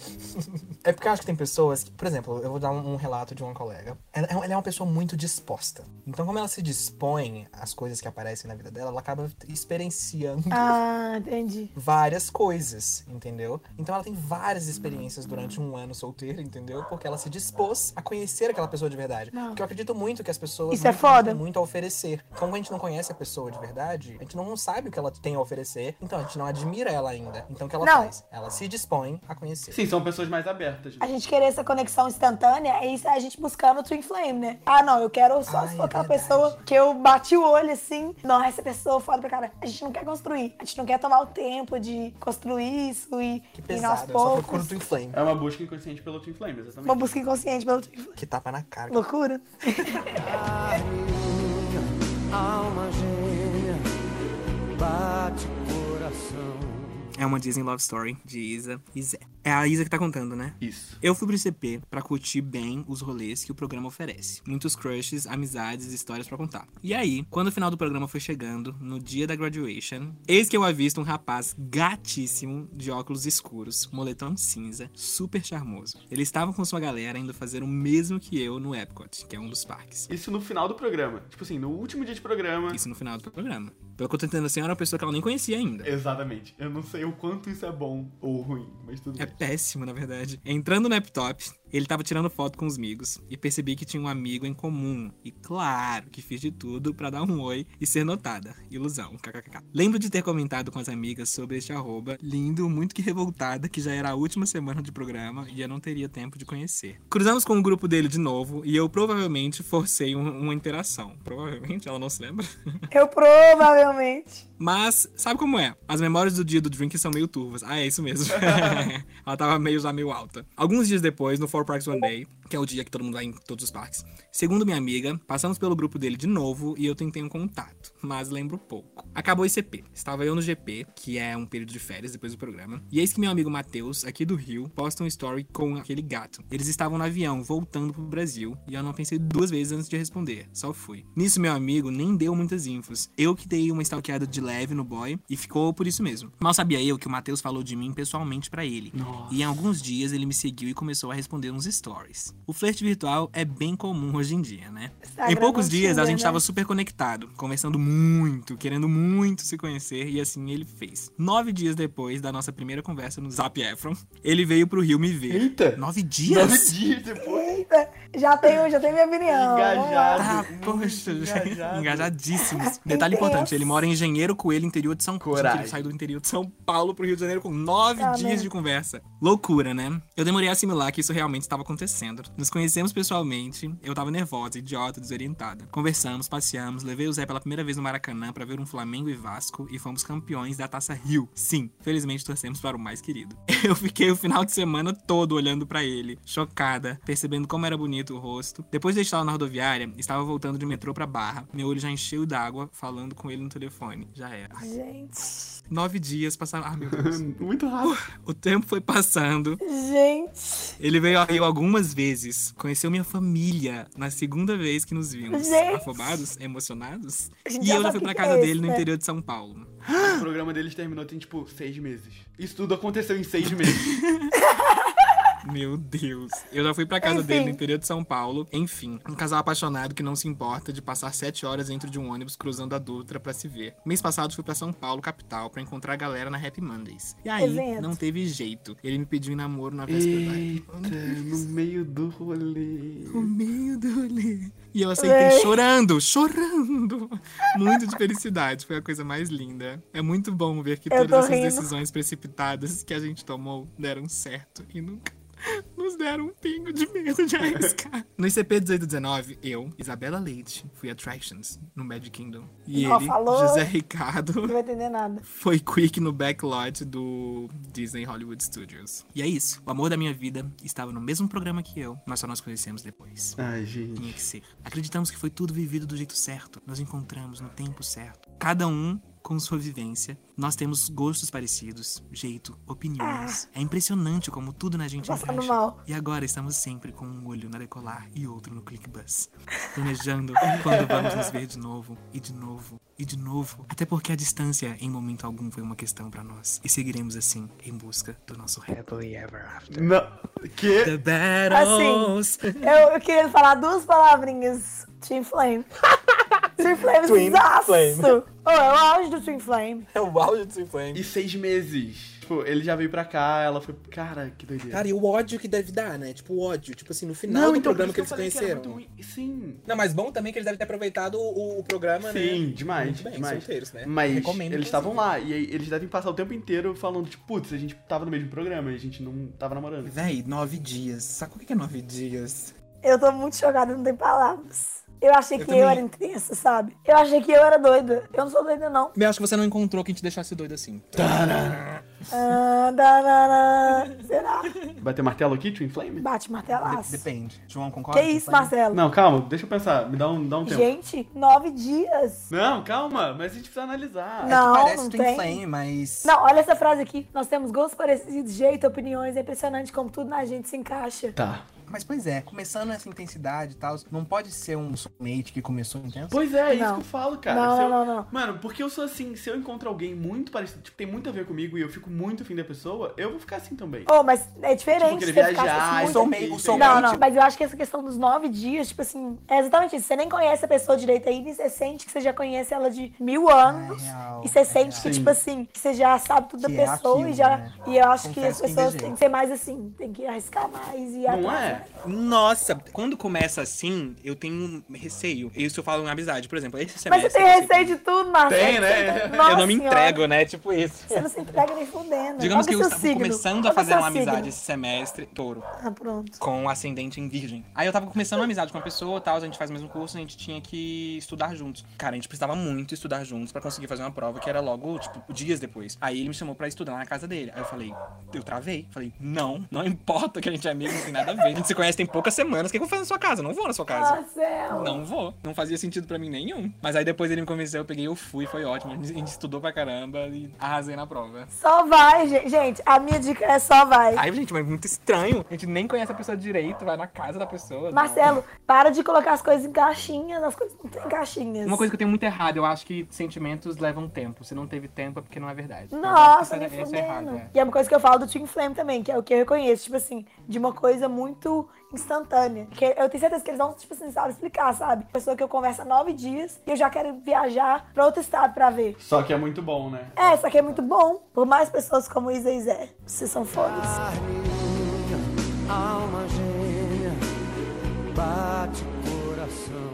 F: é porque eu acho que tem pessoas que, por exemplo, eu vou dar um, um relato de uma colega. Ela, é um- ela é uma pessoa muito disposta. Então, como ela se dispõe às coisas que aparecem na vida dela, ela acaba experienciando
B: Ah, entendi.
F: várias coisas, entendeu? Então ela tem várias experiências durante um ano solteira, entendeu? Porque ela se dispôs a conhecer aquela pessoa de verdade.
B: Não.
F: Porque eu acredito muito que as pessoas
B: Isso é
F: muito- muito
B: foda.
F: têm muito a oferecer. Como a gente não conhece a pessoa de verdade, a gente não sabe o que ela tem a oferecer, então a gente não admira ela ainda. Então o que ela
B: Não.
F: faz? Ela se dispõe a conhecer.
A: Sim, são pessoas mais abertas.
B: A
A: Né?
B: gente querer essa conexão instantânea é isso, é a gente buscando o Twin Flame, né? Ah, não, eu quero só
F: Ah,
B: se
F: é
B: for aquela
F: verdade.
B: pessoa que eu bati o olho assim. Nossa, essa pessoa foda pra cara. A gente não quer construir. A gente não quer tomar o tempo de construir isso e
F: Que
B: e aos
F: pesado, eu só procuro
B: poucos.
F: do inflame.
A: É uma busca inconsciente pelo Team Flame, exatamente.
B: Uma busca inconsciente pelo Twin Flame.
F: Que tapa na cara.
B: Loucura.
D: Alma gêmea, bate o coração.
C: É uma Disney Love Story de Isa e Zé. É a Isa que tá contando, né?
A: Isso.
C: Eu fui pro ICP pra curtir bem os rolês que o programa oferece. Muitos crushes, amizades e histórias pra contar. E aí, quando o final do programa foi chegando, no dia da graduation, eis que eu avisto um rapaz gatíssimo, de óculos escuros, moletom cinza, super charmoso. Ele estava com sua galera indo fazer o mesmo que eu no Epcot, que é um dos parques.
A: Isso no final do programa. Tipo assim, no último dia de programa.
C: Isso no final do programa. Pelo que eu tô entendendo assim, era uma pessoa que ela nem conhecia ainda.
A: Exatamente. Eu não sei o quanto isso é bom ou ruim, mas tudo
C: É
A: bem.
C: péssimo, na verdade. Entrando no laptop, ele tava tirando foto com os amigos e percebi que tinha um amigo em comum. E claro que fiz de tudo pra dar um oi e ser notada. Ilusão, kkkk. Lembro de ter comentado com as amigas sobre este arroba, lindo, muito que revoltada, que já era a última semana de programa e eu não teria tempo de conhecer. Cruzamos com o grupo dele de novo e eu provavelmente forcei um- uma interação. Provavelmente, ela não se lembra.
B: Eu provavelmente.
C: Mas, sabe como é? As memórias do dia do drink são meio turvas. Ah, é isso mesmo. Ela tava meio já meio alta. Alguns dias depois, no Four Parks One Day, que é o dia que todo mundo vai em todos os parques, segundo minha amiga, passamos pelo grupo dele de novo e eu tentei um contato, mas lembro pouco. Acabou o ICP. Estava eu no GP, que é um período de férias depois do programa, e eis que meu amigo Matheus, aqui do Rio, posta um story com aquele gato. Eles estavam no avião, voltando pro Brasil, e eu não pensei duas vezes antes de responder, só fui. Nisso, meu amigo nem deu muitas infos. Eu que dei uma stalkeada de leve no boy e ficou por isso mesmo. Mal sabia eu que o Matheus falou de mim pessoalmente pra ele. E em alguns dias ele me seguiu e começou a responder ver uns stories. O flerte virtual é bem comum hoje em dia, né?
B: Instagram
C: em poucos
B: não
C: dias a
B: tinha,
C: gente
B: né?
C: tava super conectado, conversando muito, querendo muito se conhecer, e assim ele fez. Nove dias depois da nossa primeira conversa no Zap Efron, ele veio pro Rio me ver.
A: Eita!
C: Nove dias?
A: Nove dias depois.
B: Eita, já tenho, já tenho minha opinião. vamos lá.
A: Engajado.
C: Ah,
A: Muito
C: poxa,
A: engajado.
C: engajadíssimos. Detalhe
B: Meu Deus.
C: importante, ele mora em Engenheiro Coelho, interior de São Paulo.
A: Coragem.
C: Ele saiu do interior de São Paulo pro Rio de Janeiro com nove
B: Ah,
C: dias
B: merda.
C: de conversa. Loucura, né? Eu demorei a assimilar que isso realmente estava acontecendo. Nos conhecemos pessoalmente, eu tava nervosa, idiota, desorientada. Conversamos, passeamos, levei o Zé pela primeira vez no Maracanã pra ver um Flamengo e Vasco e fomos campeões da Taça Rio. Sim, felizmente torcemos para o mais querido. Eu fiquei o final de semana todo olhando pra ele, chocada, percebendo como era bonito o rosto. Depois de estar na rodoviária, estava voltando de metrô pra Barra. Meu olho já encheu d'água falando com ele no telefone. Já era. Ai,
B: Gente,
C: Nove dias passaram. Ah, meu Deus.
A: Muito rápido.
C: O tempo foi passando.
B: gente,
C: Ele veio ao Rio algumas vezes. Conheceu minha família na segunda vez que nos vimos.
B: Gente.
C: Afobados, emocionados.
B: A gente
C: E
B: já
C: eu já
B: sabe
C: fui
B: o
C: pra
B: que
C: casa
B: é
C: dele
B: isso,
C: no
B: né?
C: interior de São Paulo.
A: o programa deles terminou tem, tipo, seis meses. Isso tudo aconteceu em seis meses.
C: Meu Deus. Eu já fui pra casa
B: Enfim.
C: dele no interior de São Paulo. Enfim, um casal apaixonado que não se importa de passar sete horas dentro de um ônibus cruzando a Dutra pra se ver. Mês passado fui pra São Paulo, capital, pra encontrar a galera na Happy Mondays. E aí,
B: Evento.
C: não teve jeito. Ele me pediu em namoro na véspera da Happy
A: Eita, no meio do rolê.
C: No meio do rolê. E eu aceitei
B: Véi.
C: chorando, chorando. Muito de felicidade, foi a coisa mais linda. É muito bom ver que
B: Eu tô
C: todas essas
B: rindo.
C: decisões precipitadas que a gente tomou deram certo e nunca nos deram um pingo de medo de arriscar. No ICP 1819, eu, Isabela Leite, fui Attractions no Magic Kingdom. E
B: Ó,
C: ele,
B: falou.
C: José Ricardo,
B: não vai entender nada.
C: foi Quick no backlot do Disney Hollywood Studios. E é isso. O amor da minha vida estava no mesmo programa que eu, mas só nós conhecemos depois.
A: Ai, gente.
C: Tinha que ser. Acreditamos que foi tudo vivido do jeito certo. Nos encontramos no tempo certo. Cada um com sua vivência. Nós temos gostos parecidos, jeito, opiniões.
D: Ah.
C: É impressionante como tudo na gente
B: Tô passando
C: encaixa.
B: mal.
C: E agora estamos sempre com um olho na decolar e outro no clickbus. Planejando quando vamos nos ver de novo, e de novo, e de novo. Até porque a distância em momento algum foi uma questão pra nós. E seguiremos assim, em busca do nosso happily ever after.
A: Não. Que?
C: The battles!
D: Assim,
B: Eu, eu queria falar duas palavrinhas. Twin Flame. Twin Flame,
D: Twin
B: zaço.
D: Flame.
B: Oh, é o auge do Twin Flame.
D: É o auge do Twin Flame.
A: E seis meses. Tipo, ele já veio pra cá, ela foi. Cara, que doideira.
G: Cara, e o ódio que deve dar, né? Tipo, o ódio. Tipo assim, no final do
A: então,
G: programa
A: por
G: que
A: isso
G: eles
A: eu falei era
G: conheceram.
A: muito ruim. Sim.
G: Não, mas bom também que eles devem ter aproveitado o, o programa, né?
A: Sim, demais,
G: Muito bem,
A: demais.
G: solteiros, né?
A: Mas
D: Recomendo,
A: eles estavam lá, e aí eles devem passar o tempo inteiro falando, tipo, putz, a gente tava no mesmo programa e a gente não tava namorando.
D: Véi, nove dias. Sabe o que é nove dias?
B: Eu tô muito chocada, não tem palavras. Eu achei
D: Eu
B: que eu
D: também.
B: era intensa, sabe? Eu achei que eu era doida. Eu não sou doida, não.
D: Eu acho que você não encontrou quem te deixasse doido assim.
C: Então,
B: Ah, danana. Será?
A: Bater martelo aqui, Twin Flame?
B: Bate martelaço.
D: Depende. João,
B: Que
D: concorda?
B: isso, Marcelo?
A: Não, calma, deixa eu pensar, me dá um, dá um tempo.
B: Gente, nove dias.
A: Não, calma, mas a gente precisa analisar.
B: Não,
D: É Parece
B: não
D: Twin
B: tem.
D: Flame, mas...
B: Não, olha essa frase aqui. Nós temos gostos parecidos, jeito, opiniões. É impressionante como tudo na gente se encaixa.
A: Tá.
D: Mas pois é, começando essa intensidade e tal, não pode ser um soulmate que começou intenso.
A: Pois é, é isso
B: Não.
A: que eu falo, cara.
B: Não,
A: Se eu-
B: não, não, não.
A: Mano, porque eu sou assim, se eu encontro alguém muito parecido, tipo, tem muito a ver comigo e eu fico muito afim da pessoa, eu vou ficar assim também.
B: Oh, mas é diferente
A: Tipo,
B: se
A: querer
B: você ficar
C: ah,
A: viajar, e
B: assim, muito...
D: sou meio-
A: tudo,
D: sou
A: tá ligado?
B: Não, não,
C: tipo
B: mas eu acho que essa questão dos nove dias, tipo assim, é exatamente isso. Você nem conhece a pessoa direito ainda e você sente que você já conhece ela de mil anos.
D: real,
B: e você
D: é
B: sente que,
A: real.
B: tipo assim, que você já sabe tudo
D: Que
B: da
D: é
B: pessoa
D: aquilo,
B: e já.
D: né?
B: E eu acho que as
D: Confesso que
B: pessoas
D: engajei.
B: têm que ser mais assim, tem que arriscar mais e ir
A: Não
B: atrás,
A: é?
B: né?
C: Nossa, quando começa assim, eu tenho um receio. Isso eu falo em amizade, por exemplo. Esse
B: Mas
C: semestre. assim,
B: você tem
C: eu
B: receio de tudo, Marcelo.
A: Tem, né?
B: Nossa
C: eu não me
B: Senhora,
C: entrego, né? Tipo isso.
B: Você não se entrega nem fudendo.
C: Digamos que
B: Qual
C: eu
B: é o seu
C: estava
B: signo?
C: começando
B: Qual
C: a
B: é o
C: fazer
B: seu
C: uma amizade
B: signo?
C: esse semestre, touro,
B: Ah, pronto.
C: com ascendente em virgem. Aí eu tava começando uma amizade com uma pessoa, tal, a gente faz o mesmo curso, a gente tinha que estudar juntos. Cara, a gente precisava muito estudar juntos pra conseguir fazer uma prova que era logo, tipo, dias depois. Aí ele me chamou pra estudar na casa dele. Aí eu falei, eu travei. Falei, não, não importa que a gente é amigo, não tem nada a ver. A gente se conhece tem poucas semanas, o que eu vou fazer na sua casa? Eu não vou na sua casa.
B: Ah, Marcelo.
C: Não vou. Não fazia sentido pra mim nenhum. Mas aí depois ele me convenceu, eu peguei, eu fui, foi ótimo. A gente estudou pra caramba e arrasei na prova.
B: Só vai, gente. Gente, a minha dica é só vai.
C: Ai, gente, mas muito estranho. A gente nem conhece a pessoa direito, vai na casa da pessoa.
B: Marcelo, para de colocar as coisas em caixinhas, as coisas não têm caixinhas.
C: Uma coisa que eu tenho muito errado, eu acho que sentimentos levam tempo. Se não teve tempo, é porque não é verdade. Eu
B: Nossa,
C: acho que
B: me
C: isso é- isso é errado,
B: fudendo.
C: é.
B: E é uma coisa que eu falo do Team Flame também, que é o que eu reconheço, tipo assim, de uma coisa muito muito instantânea. Que eu tenho certeza que eles não, tipo assim, sabem explicar, sabe? Pessoa que eu converso há nove dias e eu já quero viajar pra outro estado pra ver.
A: Só que é muito bom, né?
B: É, isso aqui é muito bom. Por mais pessoas como Isa e Zé. Vocês são fodas.
D: Alma gêmea, bate o coração.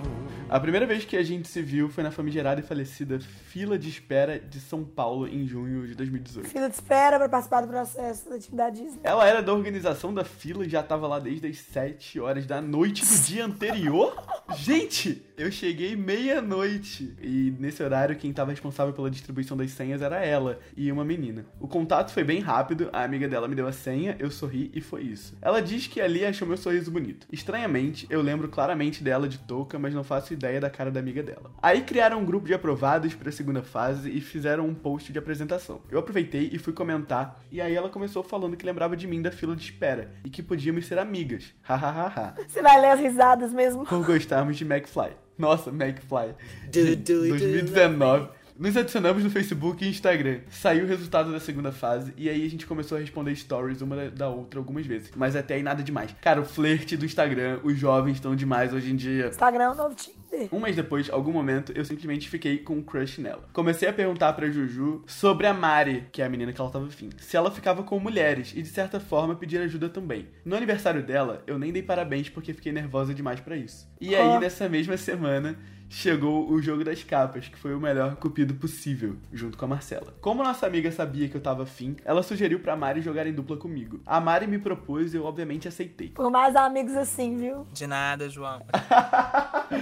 A: A primeira vez que a gente se viu foi na famigerada e falecida fila de espera de São Paulo em junho de 2018.
B: Fila de espera pra participar do processo da atividade Disney.
A: Ela era da organização da fila e já tava lá desde as 7 horas da noite do dia anterior? Gente, eu cheguei meia-noite. E nesse horário, quem tava responsável pela distribuição das senhas era ela e uma menina. O contato foi bem rápido, a amiga dela me deu a senha, eu sorri e foi isso. Ela diz que ali achou meu sorriso bonito. Estranhamente, eu lembro claramente dela de touca, mas não faço ideia da cara da amiga dela. Aí criaram um grupo de aprovados pra segunda fase e fizeram um post de apresentação. Eu aproveitei e fui comentar, e aí ela começou falando que lembrava de mim da fila de espera e que podíamos ser amigas. Hahaha.
B: Você vai ler as risadas mesmo?
A: por gostarmos de McFly. Nossa, McFly. De 2019. Nos adicionamos no Facebook e Instagram. Saiu o resultado da segunda fase e aí a gente começou a responder stories uma da- da outra algumas vezes. Mas até aí nada demais. Cara, o flerte do Instagram, os jovens estão demais hoje em dia.
B: Instagram é o novo Tinder.
A: Um mês depois, algum momento, eu simplesmente fiquei com um crush nela. Comecei a perguntar pra Juju sobre a Mari, que é a menina que ela tava afim, se ela ficava com mulheres e de certa forma pedir ajuda também. No aniversário dela, eu nem dei parabéns porque fiquei nervosa demais pra isso. E aí,
B: Ah.
A: nessa mesma semana, chegou o jogo das capas, que foi o melhor cupido possível, junto com a Marcela. Como nossa amiga sabia que eu tava afim, ela sugeriu pra Mari jogar em dupla comigo. A Mari me propôs e eu obviamente aceitei.
B: Por mais amigos assim, viu?
C: De nada, João. é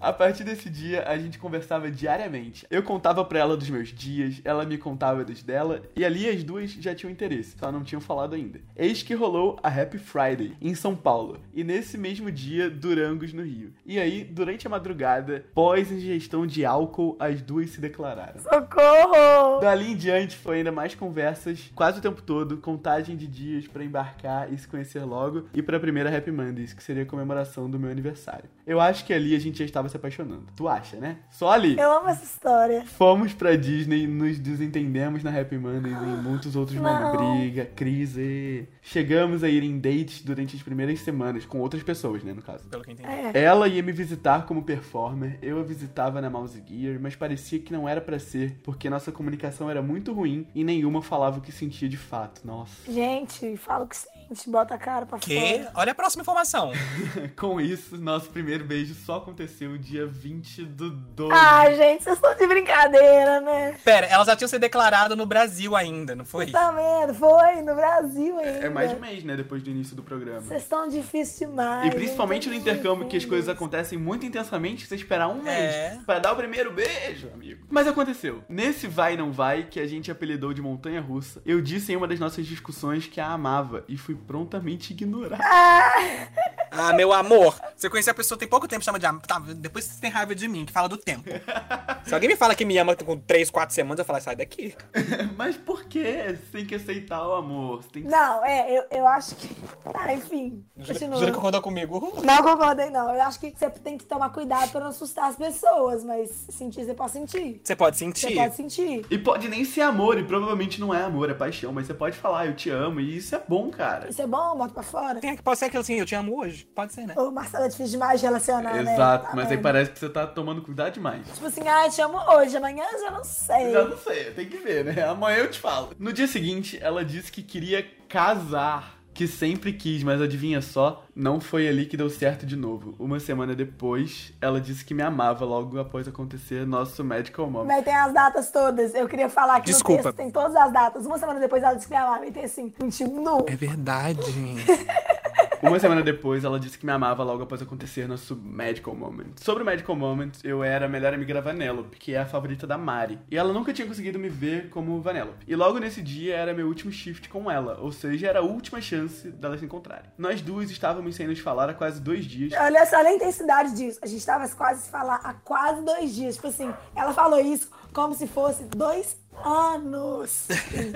A: A partir desse dia, a gente conversava diariamente. Eu contava pra ela dos meus dias, ela me contava dos dela, e ali as duas já tinham interesse, só não tinham falado ainda. Eis que rolou a Happy Friday, em São Paulo, e nesse mesmo dia, Durangos, no Rio. E aí, durante a madrugada, pós ingestão de álcool, as duas se declararam.
B: Socorro!
A: Dali em diante foi ainda mais conversas, quase o tempo todo, contagem de dias pra embarcar e se conhecer logo, e pra primeira Happy Mondays, que seria a comemoração do meu aniversário. Eu acho que ali a gente já estava se apaixonando. Tu acha, né? Só ali.
B: Eu amo essa história.
A: Fomos pra Disney, nos desentendemos na Happy Mondays e em muitos outros momentos.
B: Não.
A: Briga, crise. Chegamos a ir em dates durante as primeiras semanas, com outras pessoas, né, no caso.
C: Pelo que eu entendi.
B: É.
A: Ela ia me visitar como performer, eu a visitava na Mouse Gear, mas parecia que não era pra ser, porque nossa comunicação era muito ruim e nenhuma falava o que sentia de fato. Nossa.
B: Gente, fala o que sente, bota a cara pra
C: Que?
B: fora.
C: Olha a próxima informação.
A: Com isso, nosso primeiro beijo só aconteceu dia 20 do 12.
B: Ah, gente, vocês estão de brincadeira, né?
C: Pera, ela já tinha se declarado no Brasil ainda, não foi?
B: Tá vendo? Foi no Brasil ainda.
A: é mais de um mês, né, depois do início do programa.
B: Vocês estão difícil demais.
A: E principalmente no
B: gente,
A: intercâmbio, que as coisas
B: difícil.
A: acontecem muito intensamente, que você esperar um mês
C: É.
A: pra dar o primeiro beijo, amigo. Mas aconteceu. Nesse vai e não vai, que a gente apelidou de montanha russa, eu disse em uma das nossas discussões que a amava e fui prontamente ignorado.
C: Ah, meu amor. Se eu conhecer a pessoa tem pouco tempo, chama de amor. Tá, depois você tem raiva de mim, que fala do tempo. Se alguém me fala que me ama com 3, 4 semanas, eu falo, sai daqui.
A: Mas por que? Você tem que aceitar o amor. Você tem que...
B: Não, é, eu, eu acho que. Ah, enfim. Continua.
C: Juro que concordou comigo.
B: Não concordei, não. Eu acho que você tem que tomar cuidado pra não assustar as pessoas, mas sentir você pode sentir.
C: Você pode
B: Você
C: sentir.
B: pode sentir.
A: E pode nem ser amor, e provavelmente não é amor, é paixão, mas você pode falar, eu te amo, e isso é bom, cara.
B: Isso é bom, bota pra fora.
C: Tem, pode ser aquilo assim, eu te amo hoje. Pode ser, né?
B: Ô, Marcelo, é difícil demais de relacionar, né? Tá
A: Exato, mas aí
B: vendo?
A: parece que você tá tomando cuidado demais.
B: Tipo assim, ah, te amo hoje, amanhã eu já não sei.
A: Já não sei, tem que ver, né? Amanhã eu te falo. No dia seguinte, ela disse que queria casar. Que sempre quis, mas adivinha só, não foi ali que deu certo de novo. Uma semana depois, ela disse que me amava logo após acontecer nosso Medical Moment.
B: Mas tem as datas todas. Eu queria falar que no
C: Desculpa.
B: texto tem todas as datas. Uma semana depois ela disse que me amava e tem assim, 21 nu.
C: É verdade.
A: Uma semana depois, ela disse que me amava logo após acontecer nosso Medical Moment. Sobre o Medical Moment, eu era a melhor amiga da Vanellope, que é a favorita da Mari. E ela nunca tinha conseguido me ver como Vanellope. E logo nesse dia era meu último shift com ela, ou seja, era a última chance delas se encontrarem. Nós duas estávamos sem nos falar há quase dois dias.
B: Olha só, olha a intensidade disso. A gente tava quase se falar há quase dois dias. Tipo assim, ela falou isso como se fosse dois anos.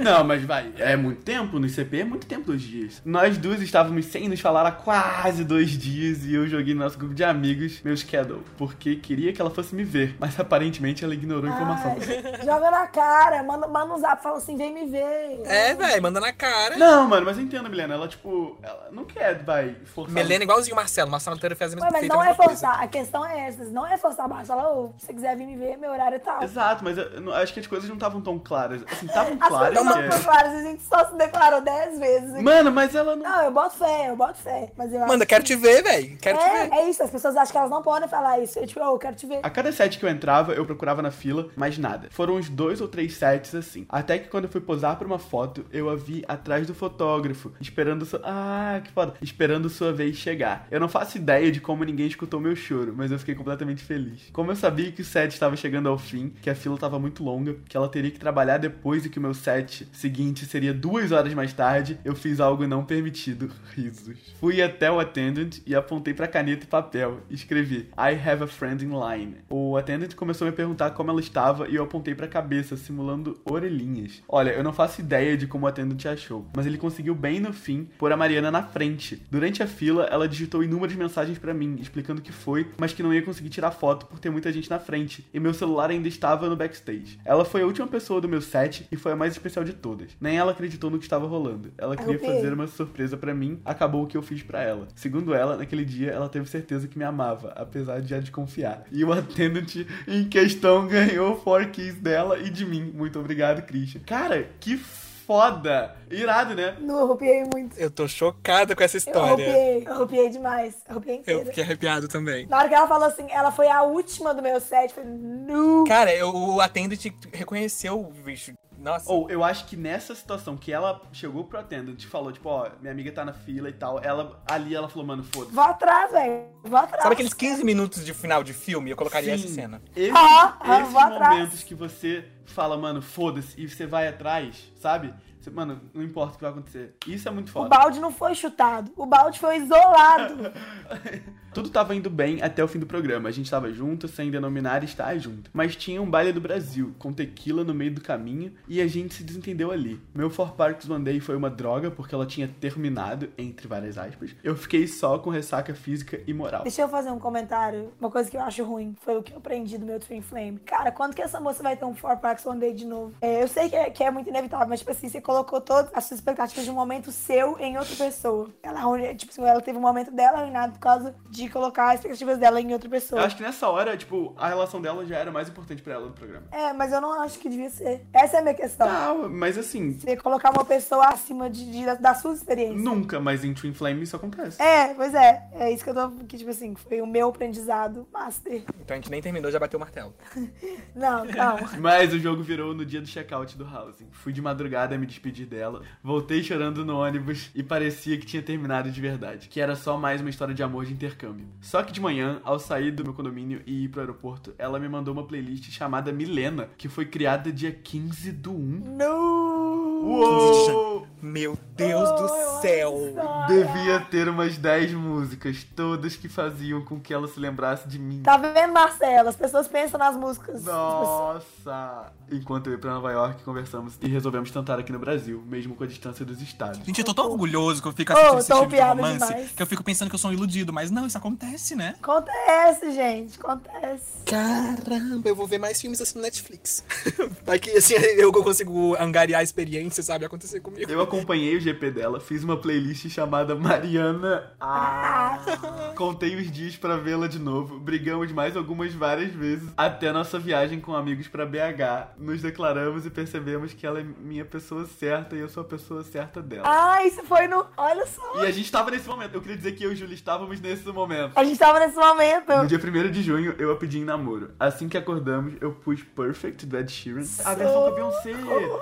A: Não, mas vai, é muito tempo, no ICP é muito tempo, dois dias. Nós duas estávamos sem nos falar há quase dois dias e eu joguei no nosso grupo de amigos meus Shadow, porque queria que ela fosse me ver, mas aparentemente ela ignorou a informação.
B: Ai, joga na cara, manda, manda um zap, fala assim, vem me ver.
C: É, velho, manda na cara.
A: Não, mano, mas eu entendo, Milena, ela, tipo, ela não quer, vai, forçar.
C: Melena é igualzinho o Marcelo. Marcelo Antero fez a mesma
B: Ué, mas
C: fez a
B: não é
C: mesma coisa.
B: forçar, a questão é essa, não é forçar baixo. Fala, ô, se você quiser vir me ver, meu horário é tal.
A: Exato, mas eu, eu não- acho que as coisas não estavam tão claras. Assim, estavam
B: As
A: claras.
B: coisas não
A: que- é.
B: foram claras, a gente só se declarou 10 vezes. aqui.
A: Mano, mas ela não.
B: Não, eu boto fé, eu boto fé. Mas eu acho
C: Manda, quero te ver, velho. Quero te ver.
B: É, é isso, as pessoas acham que elas não podem falar isso. Eu, tipo, eu quero te ver.
A: A cada set que eu entrava, eu procurava na fila, mas nada. Foram uns dois ou três sets assim. Até que quando eu fui posar pra uma foto, eu a vi atrás do fotógrafo, esperando sua. Ah, que foda. Esperando sua vez chegar. Eu não faço ideia de como ninguém escutou meu choro, mas eu fiquei completamente feliz. Como eu sabia que o set estava chegando ao fim, que a fila tava muito longa, que ela teria que trabalhar depois e que o meu set seguinte seria duas horas mais tarde, eu fiz algo não permitido. Risos. Fui até o attendant e apontei pra caneta e papel. Escrevi, I have a friend in line. O attendant começou a me perguntar como ela estava e eu apontei pra cabeça, simulando orelhinhas. Olha, eu não faço ideia de como o attendant achou, mas ele conseguiu bem no fim pôr a Mariana na frente. Durante a fila, ela digitou inúmeras mensagens pra mim, explicando o que foi, mas que não ia conseguir tirar foto por ter muita gente na frente, e meu celular ainda estava no backstage. Ela foi a última pessoa do meu set e foi a mais especial de todas. Nem ela acreditou no que estava rolando. Ela queria
B: Arrepiei.
A: fazer uma surpresa pra mim, acabou o que eu fiz pra ela. Segundo ela, naquele dia ela teve certeza que me amava, apesar de já desconfiar. E o attendant em questão ganhou o four keys dela e de mim. Muito obrigado, Christian. Cara, que foda! Irado, né?
B: Não, eu arrupiei muito.
C: Eu tô chocada com essa
B: Eu
C: história.
B: arrupiei, eu arrupiei demais. Eu Arrupiei
C: Eu
B: inteira.
C: fiquei arrepiado também.
B: Na hora que ela falou assim, ela foi a última do meu set, eu falei, nu.
C: Cara, eu, o atendente reconheceu o bicho. Nossa.
A: Ou eu acho que nessa situação que ela chegou pro attendant e falou, tipo, ó, minha amiga tá na fila e tal, ela ali ela falou, mano, foda-se.
B: Vou atrás, velho. Vou atrás.
C: Sabe aqueles 15 minutos de final de filme? Eu colocaria essa
A: Sim.
C: cena.
A: Esse-
B: Ah, ah,
A: esses
B: vou atrás.
A: momentos que você fala, mano, foda-se, e você vai atrás, sabe? Você, mano, não importa o que vai acontecer. Isso é muito
B: O
A: foda.
B: balde não foi chutado, o balde foi isolado.
A: Tudo tava indo bem até o fim do programa. A gente tava junto, sem denominar estar junto. Mas tinha um baile do Brasil, com tequila no meio do caminho, e a gente se desentendeu ali. Meu Four Parks One Day foi uma droga, porque ela tinha terminado, entre várias aspas. Eu fiquei só com ressaca física e moral.
B: Deixa eu fazer um comentário. Uma coisa que eu acho ruim foi o que eu aprendi do meu Twin Flame. Cara, quando que essa moça vai ter um Four Parks One Day de novo? É, eu sei que é, que é muito inevitável, mas, tipo assim, você colocou todas as suas expectativas de um momento seu em outra pessoa. Ela, arruinou- tipo assim, ela teve um momento dela arruinado por causa de colocar as expectativas dela em outra
A: Eu
B: pessoa.
A: acho que nessa hora, tipo, a relação dela já era mais importante pra ela do programa.
B: É, mas eu não acho que devia ser. Essa é a minha questão.
A: Tá, mas assim,
B: Você colocar uma pessoa acima de, de- da- da sua experiência.
A: nunca, mas em Twin Flame isso acontece.
B: É, pois é. É isso que eu tô. Que, tipo assim, foi o meu aprendizado master.
C: Então a gente nem terminou, já bateu o martelo.
B: Não, calma.
A: Mas o jogo virou no dia do check-out do Housing. Fui de madrugada me despedir dela, voltei chorando no ônibus e parecia que tinha terminado de verdade, que era só mais uma história de amor de intercâmbio. Só que de manhã, ao sair do meu condomínio e ir pro aeroporto, ela me mandou uma playlist chamada Milena, que foi criada dia 15 do 1.
B: No!
A: Uou!
C: Meu Deus do céu!
A: Devia ter umas 10 músicas, todas que faziam com que ela se lembrasse de mim.
B: Tá vendo, Marcelo? As pessoas pensam nas músicas.
A: Nossa! Enquanto eu ia pra Nova York, conversamos e resolvemos tentar aqui no Brasil, mesmo com a distância dos estados.
H: Gente, eu tô tão orgulhoso que eu fico
B: Oh,
H: assistindo
B: eu
H: esse
B: tô
H: tipo de
B: arrepiada
H: romance
B: demais.
H: que eu fico pensando que eu sou um iludido, mas não, isso acontece, né?
B: Acontece, gente. Acontece.
C: Caramba, eu vou ver mais filmes assim no Netflix. Aqui, assim, eu consigo angariar a experiência, sabe? Acontecer comigo.
A: Eu acompanhei o GP dela, fiz uma playlist chamada Mariana. Ah. Contei os dias pra vê-la de novo. Brigamos mais algumas várias vezes até nossa viagem com amigos pra BH. Nos declaramos e percebemos que ela é minha pessoa certa e eu sou a pessoa certa dela.
B: Ah, isso foi no. Olha só.
A: E a gente tava nesse momento. Eu queria dizer que eu e o Júlio estávamos nesse momento.
B: A gente tava nesse momento.
A: No dia 1 de junho, eu a pedi em namoro. Assim que acordamos, eu pus Perfect do Ed Sheeran. A versão com a Beyoncé.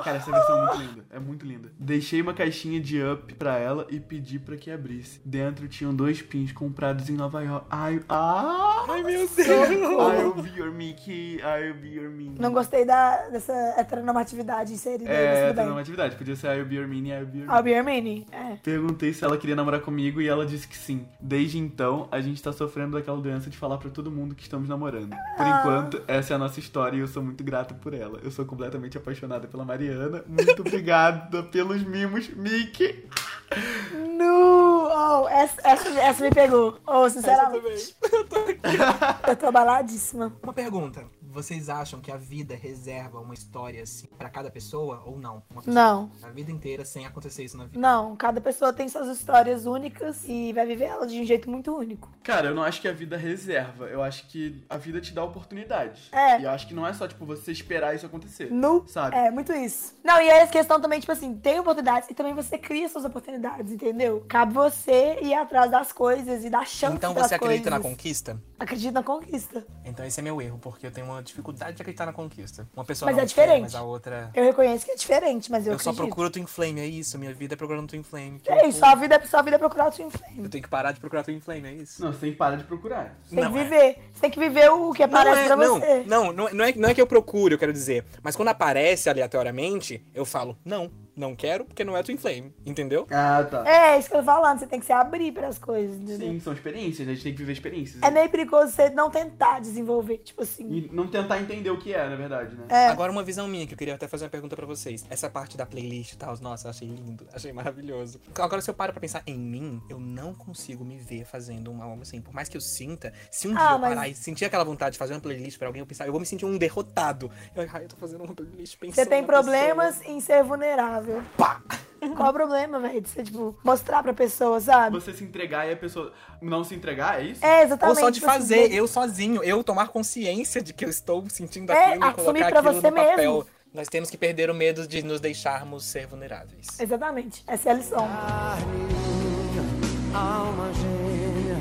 A: Cara, essa versão é muito linda. É muito linda. Deixei Achei uma caixinha de up pra ela e pedi pra que abrisse. Dentro tinham dois pins comprados em Nova York. Ai, ah,
C: Ai, meu Deus!
A: I'll be your Mickey, I'll be your Minnie.
B: Não gostei da, dessa heteronormatividade inserida aí, mas
A: É,
B: tudo
A: tem uma
B: bem.
A: atividade. Podia ser I'll be your Minnie, I'll be your Minnie.
B: I'll be your mini. É.
A: Perguntei se ela queria namorar comigo e ela disse que sim. Desde então, a gente tá sofrendo daquela doença de falar pra todo mundo que estamos namorando. Por
B: Ah.
A: enquanto, essa é a nossa história e eu sou muito grata por ela. Eu sou completamente apaixonada pela Mariana. Muito obrigada pelos mimos, Mickey.
B: No! Oh, essa, essa, essa me pegou. Oh, sinceramente. Eu tô abaladíssima.
I: Uma pergunta. Vocês acham que a vida reserva uma história assim pra cada pessoa ou não? Uma pessoa
B: Não,
I: a vida inteira sem acontecer isso na vida.
B: não. Cada pessoa tem suas histórias únicas e vai viver ela de um jeito muito único.
A: Cara, eu não acho que a vida reserva. Eu acho que a vida te dá oportunidades.
B: É.
A: E eu acho que não é só, tipo, você esperar isso acontecer.
B: No.
A: Sabe?
B: É, muito isso. Não, e aí a questão também, tipo assim, tem oportunidades e também você cria suas oportunidades, entendeu? Cabe você ir atrás das coisas e dar chance
C: Então
B: das
C: você acredita na
B: coisas.
C: conquista?
B: Acredito na conquista.
C: Então esse é meu erro, porque eu tenho uma dificuldade de acreditar na conquista. Uma pessoa
B: Mas
C: não
B: é
C: quer,
B: diferente.
C: mas a outra.
B: Eu reconheço que é diferente, mas eu,
C: Eu só
B: acredito.
C: procuro Twin Flame, é isso. Minha vida é procurando Twin Flame. que
B: É isso,
C: loucura.
B: sua vida, sua vida é procurar o seu inflame.
C: Eu tenho que parar de procurar Twin Flame, é isso.
A: Não, você tem que parar de procurar.
B: Você tem que
C: é.
B: viver. Você tem que viver o que aparece
C: é,
B: pra
C: não,
B: você.
C: Não, não, não é, não é que eu procuro, eu quero dizer. Mas quando aparece aleatoriamente, eu falo, não, não quero, porque não é Twin Flame, entendeu?
A: Ah, tá.
B: É, isso que eu tô falando. Você tem que se abrir pras coisas, entendeu?
A: Sim, são experiências. né? A gente tem que viver experiências.
B: É meio perigoso você não tentar desenvolver, tipo assim.
A: E não tentar entender o que é, na verdade, né?
B: É.
C: Agora uma visão minha, que eu queria até fazer uma pergunta pra vocês. Essa parte da playlist e tal, nossa, eu achei lindo, achei maravilhoso. Agora se eu paro pra pensar em mim, eu não consigo me ver fazendo um álbum assim. Por mais que eu sinta, se um
B: Ah,
C: dia eu
B: mas-
C: parar e sentir aquela vontade de fazer uma playlist pra alguém, eu pensar, eu vou me sentir um derrotado. Eu, ai, eu tô fazendo uma playlist pensando
B: Você tem
C: na pessoa.
B: problemas em ser vulnerável.
C: Pá!
B: Qual o problema, velho? De você, tipo, mostrar pra pessoa, sabe?
A: Você se entregar e a pessoa não se entregar, é isso?
B: É, exatamente.
C: Ou só de
B: tipo assim,
C: fazer, eu sozinho, eu tomar consciência de que eu estou sentindo
B: É,
C: aquilo e
B: assumir
C: colocar
B: pra
C: aquilo
B: você
C: no papel.
B: mesmo.
C: Nós temos que perder o medo de nos deixarmos ser vulneráveis.
B: Exatamente. Essa é a lição.
D: Alma gêmea,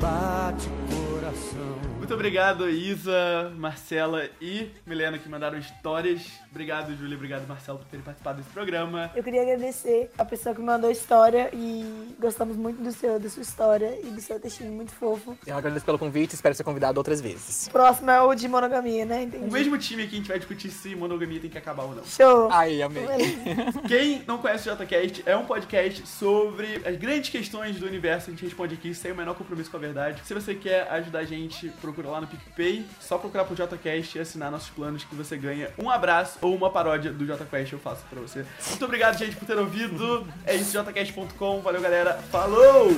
D: bate o coração.
A: Muito obrigado, Isa, Marcela e Milena, que mandaram histórias. Obrigado, Júlia. Obrigado, Marcelo, por terem participado desse programa.
B: Eu queria agradecer a pessoa que me mandou a história e gostamos muito do seu, da sua história e do seu textinho muito fofo.
C: Eu agradeço pelo convite e espero ser convidado outras vezes.
B: O próximo é o de monogamia, né?
A: O
B: Entendi.
A: mesmo Um time aqui a gente vai discutir se monogamia tem que acabar ou não.
B: Show.
C: Ai, Ah, amei.
A: Quem não conhece o JCast, é um podcast sobre as grandes questões do universo. A gente responde aqui sem o menor compromisso com a verdade. Se você quer ajudar a gente, procura lá no PicPay. Só procurar por JCast e assinar nossos planos que você ganha um abraço ou uma paródia do JQuest eu faço pra você. Muito obrigado, gente, por ter ouvido. É isso, jcast.com. Valeu, galera. Falou!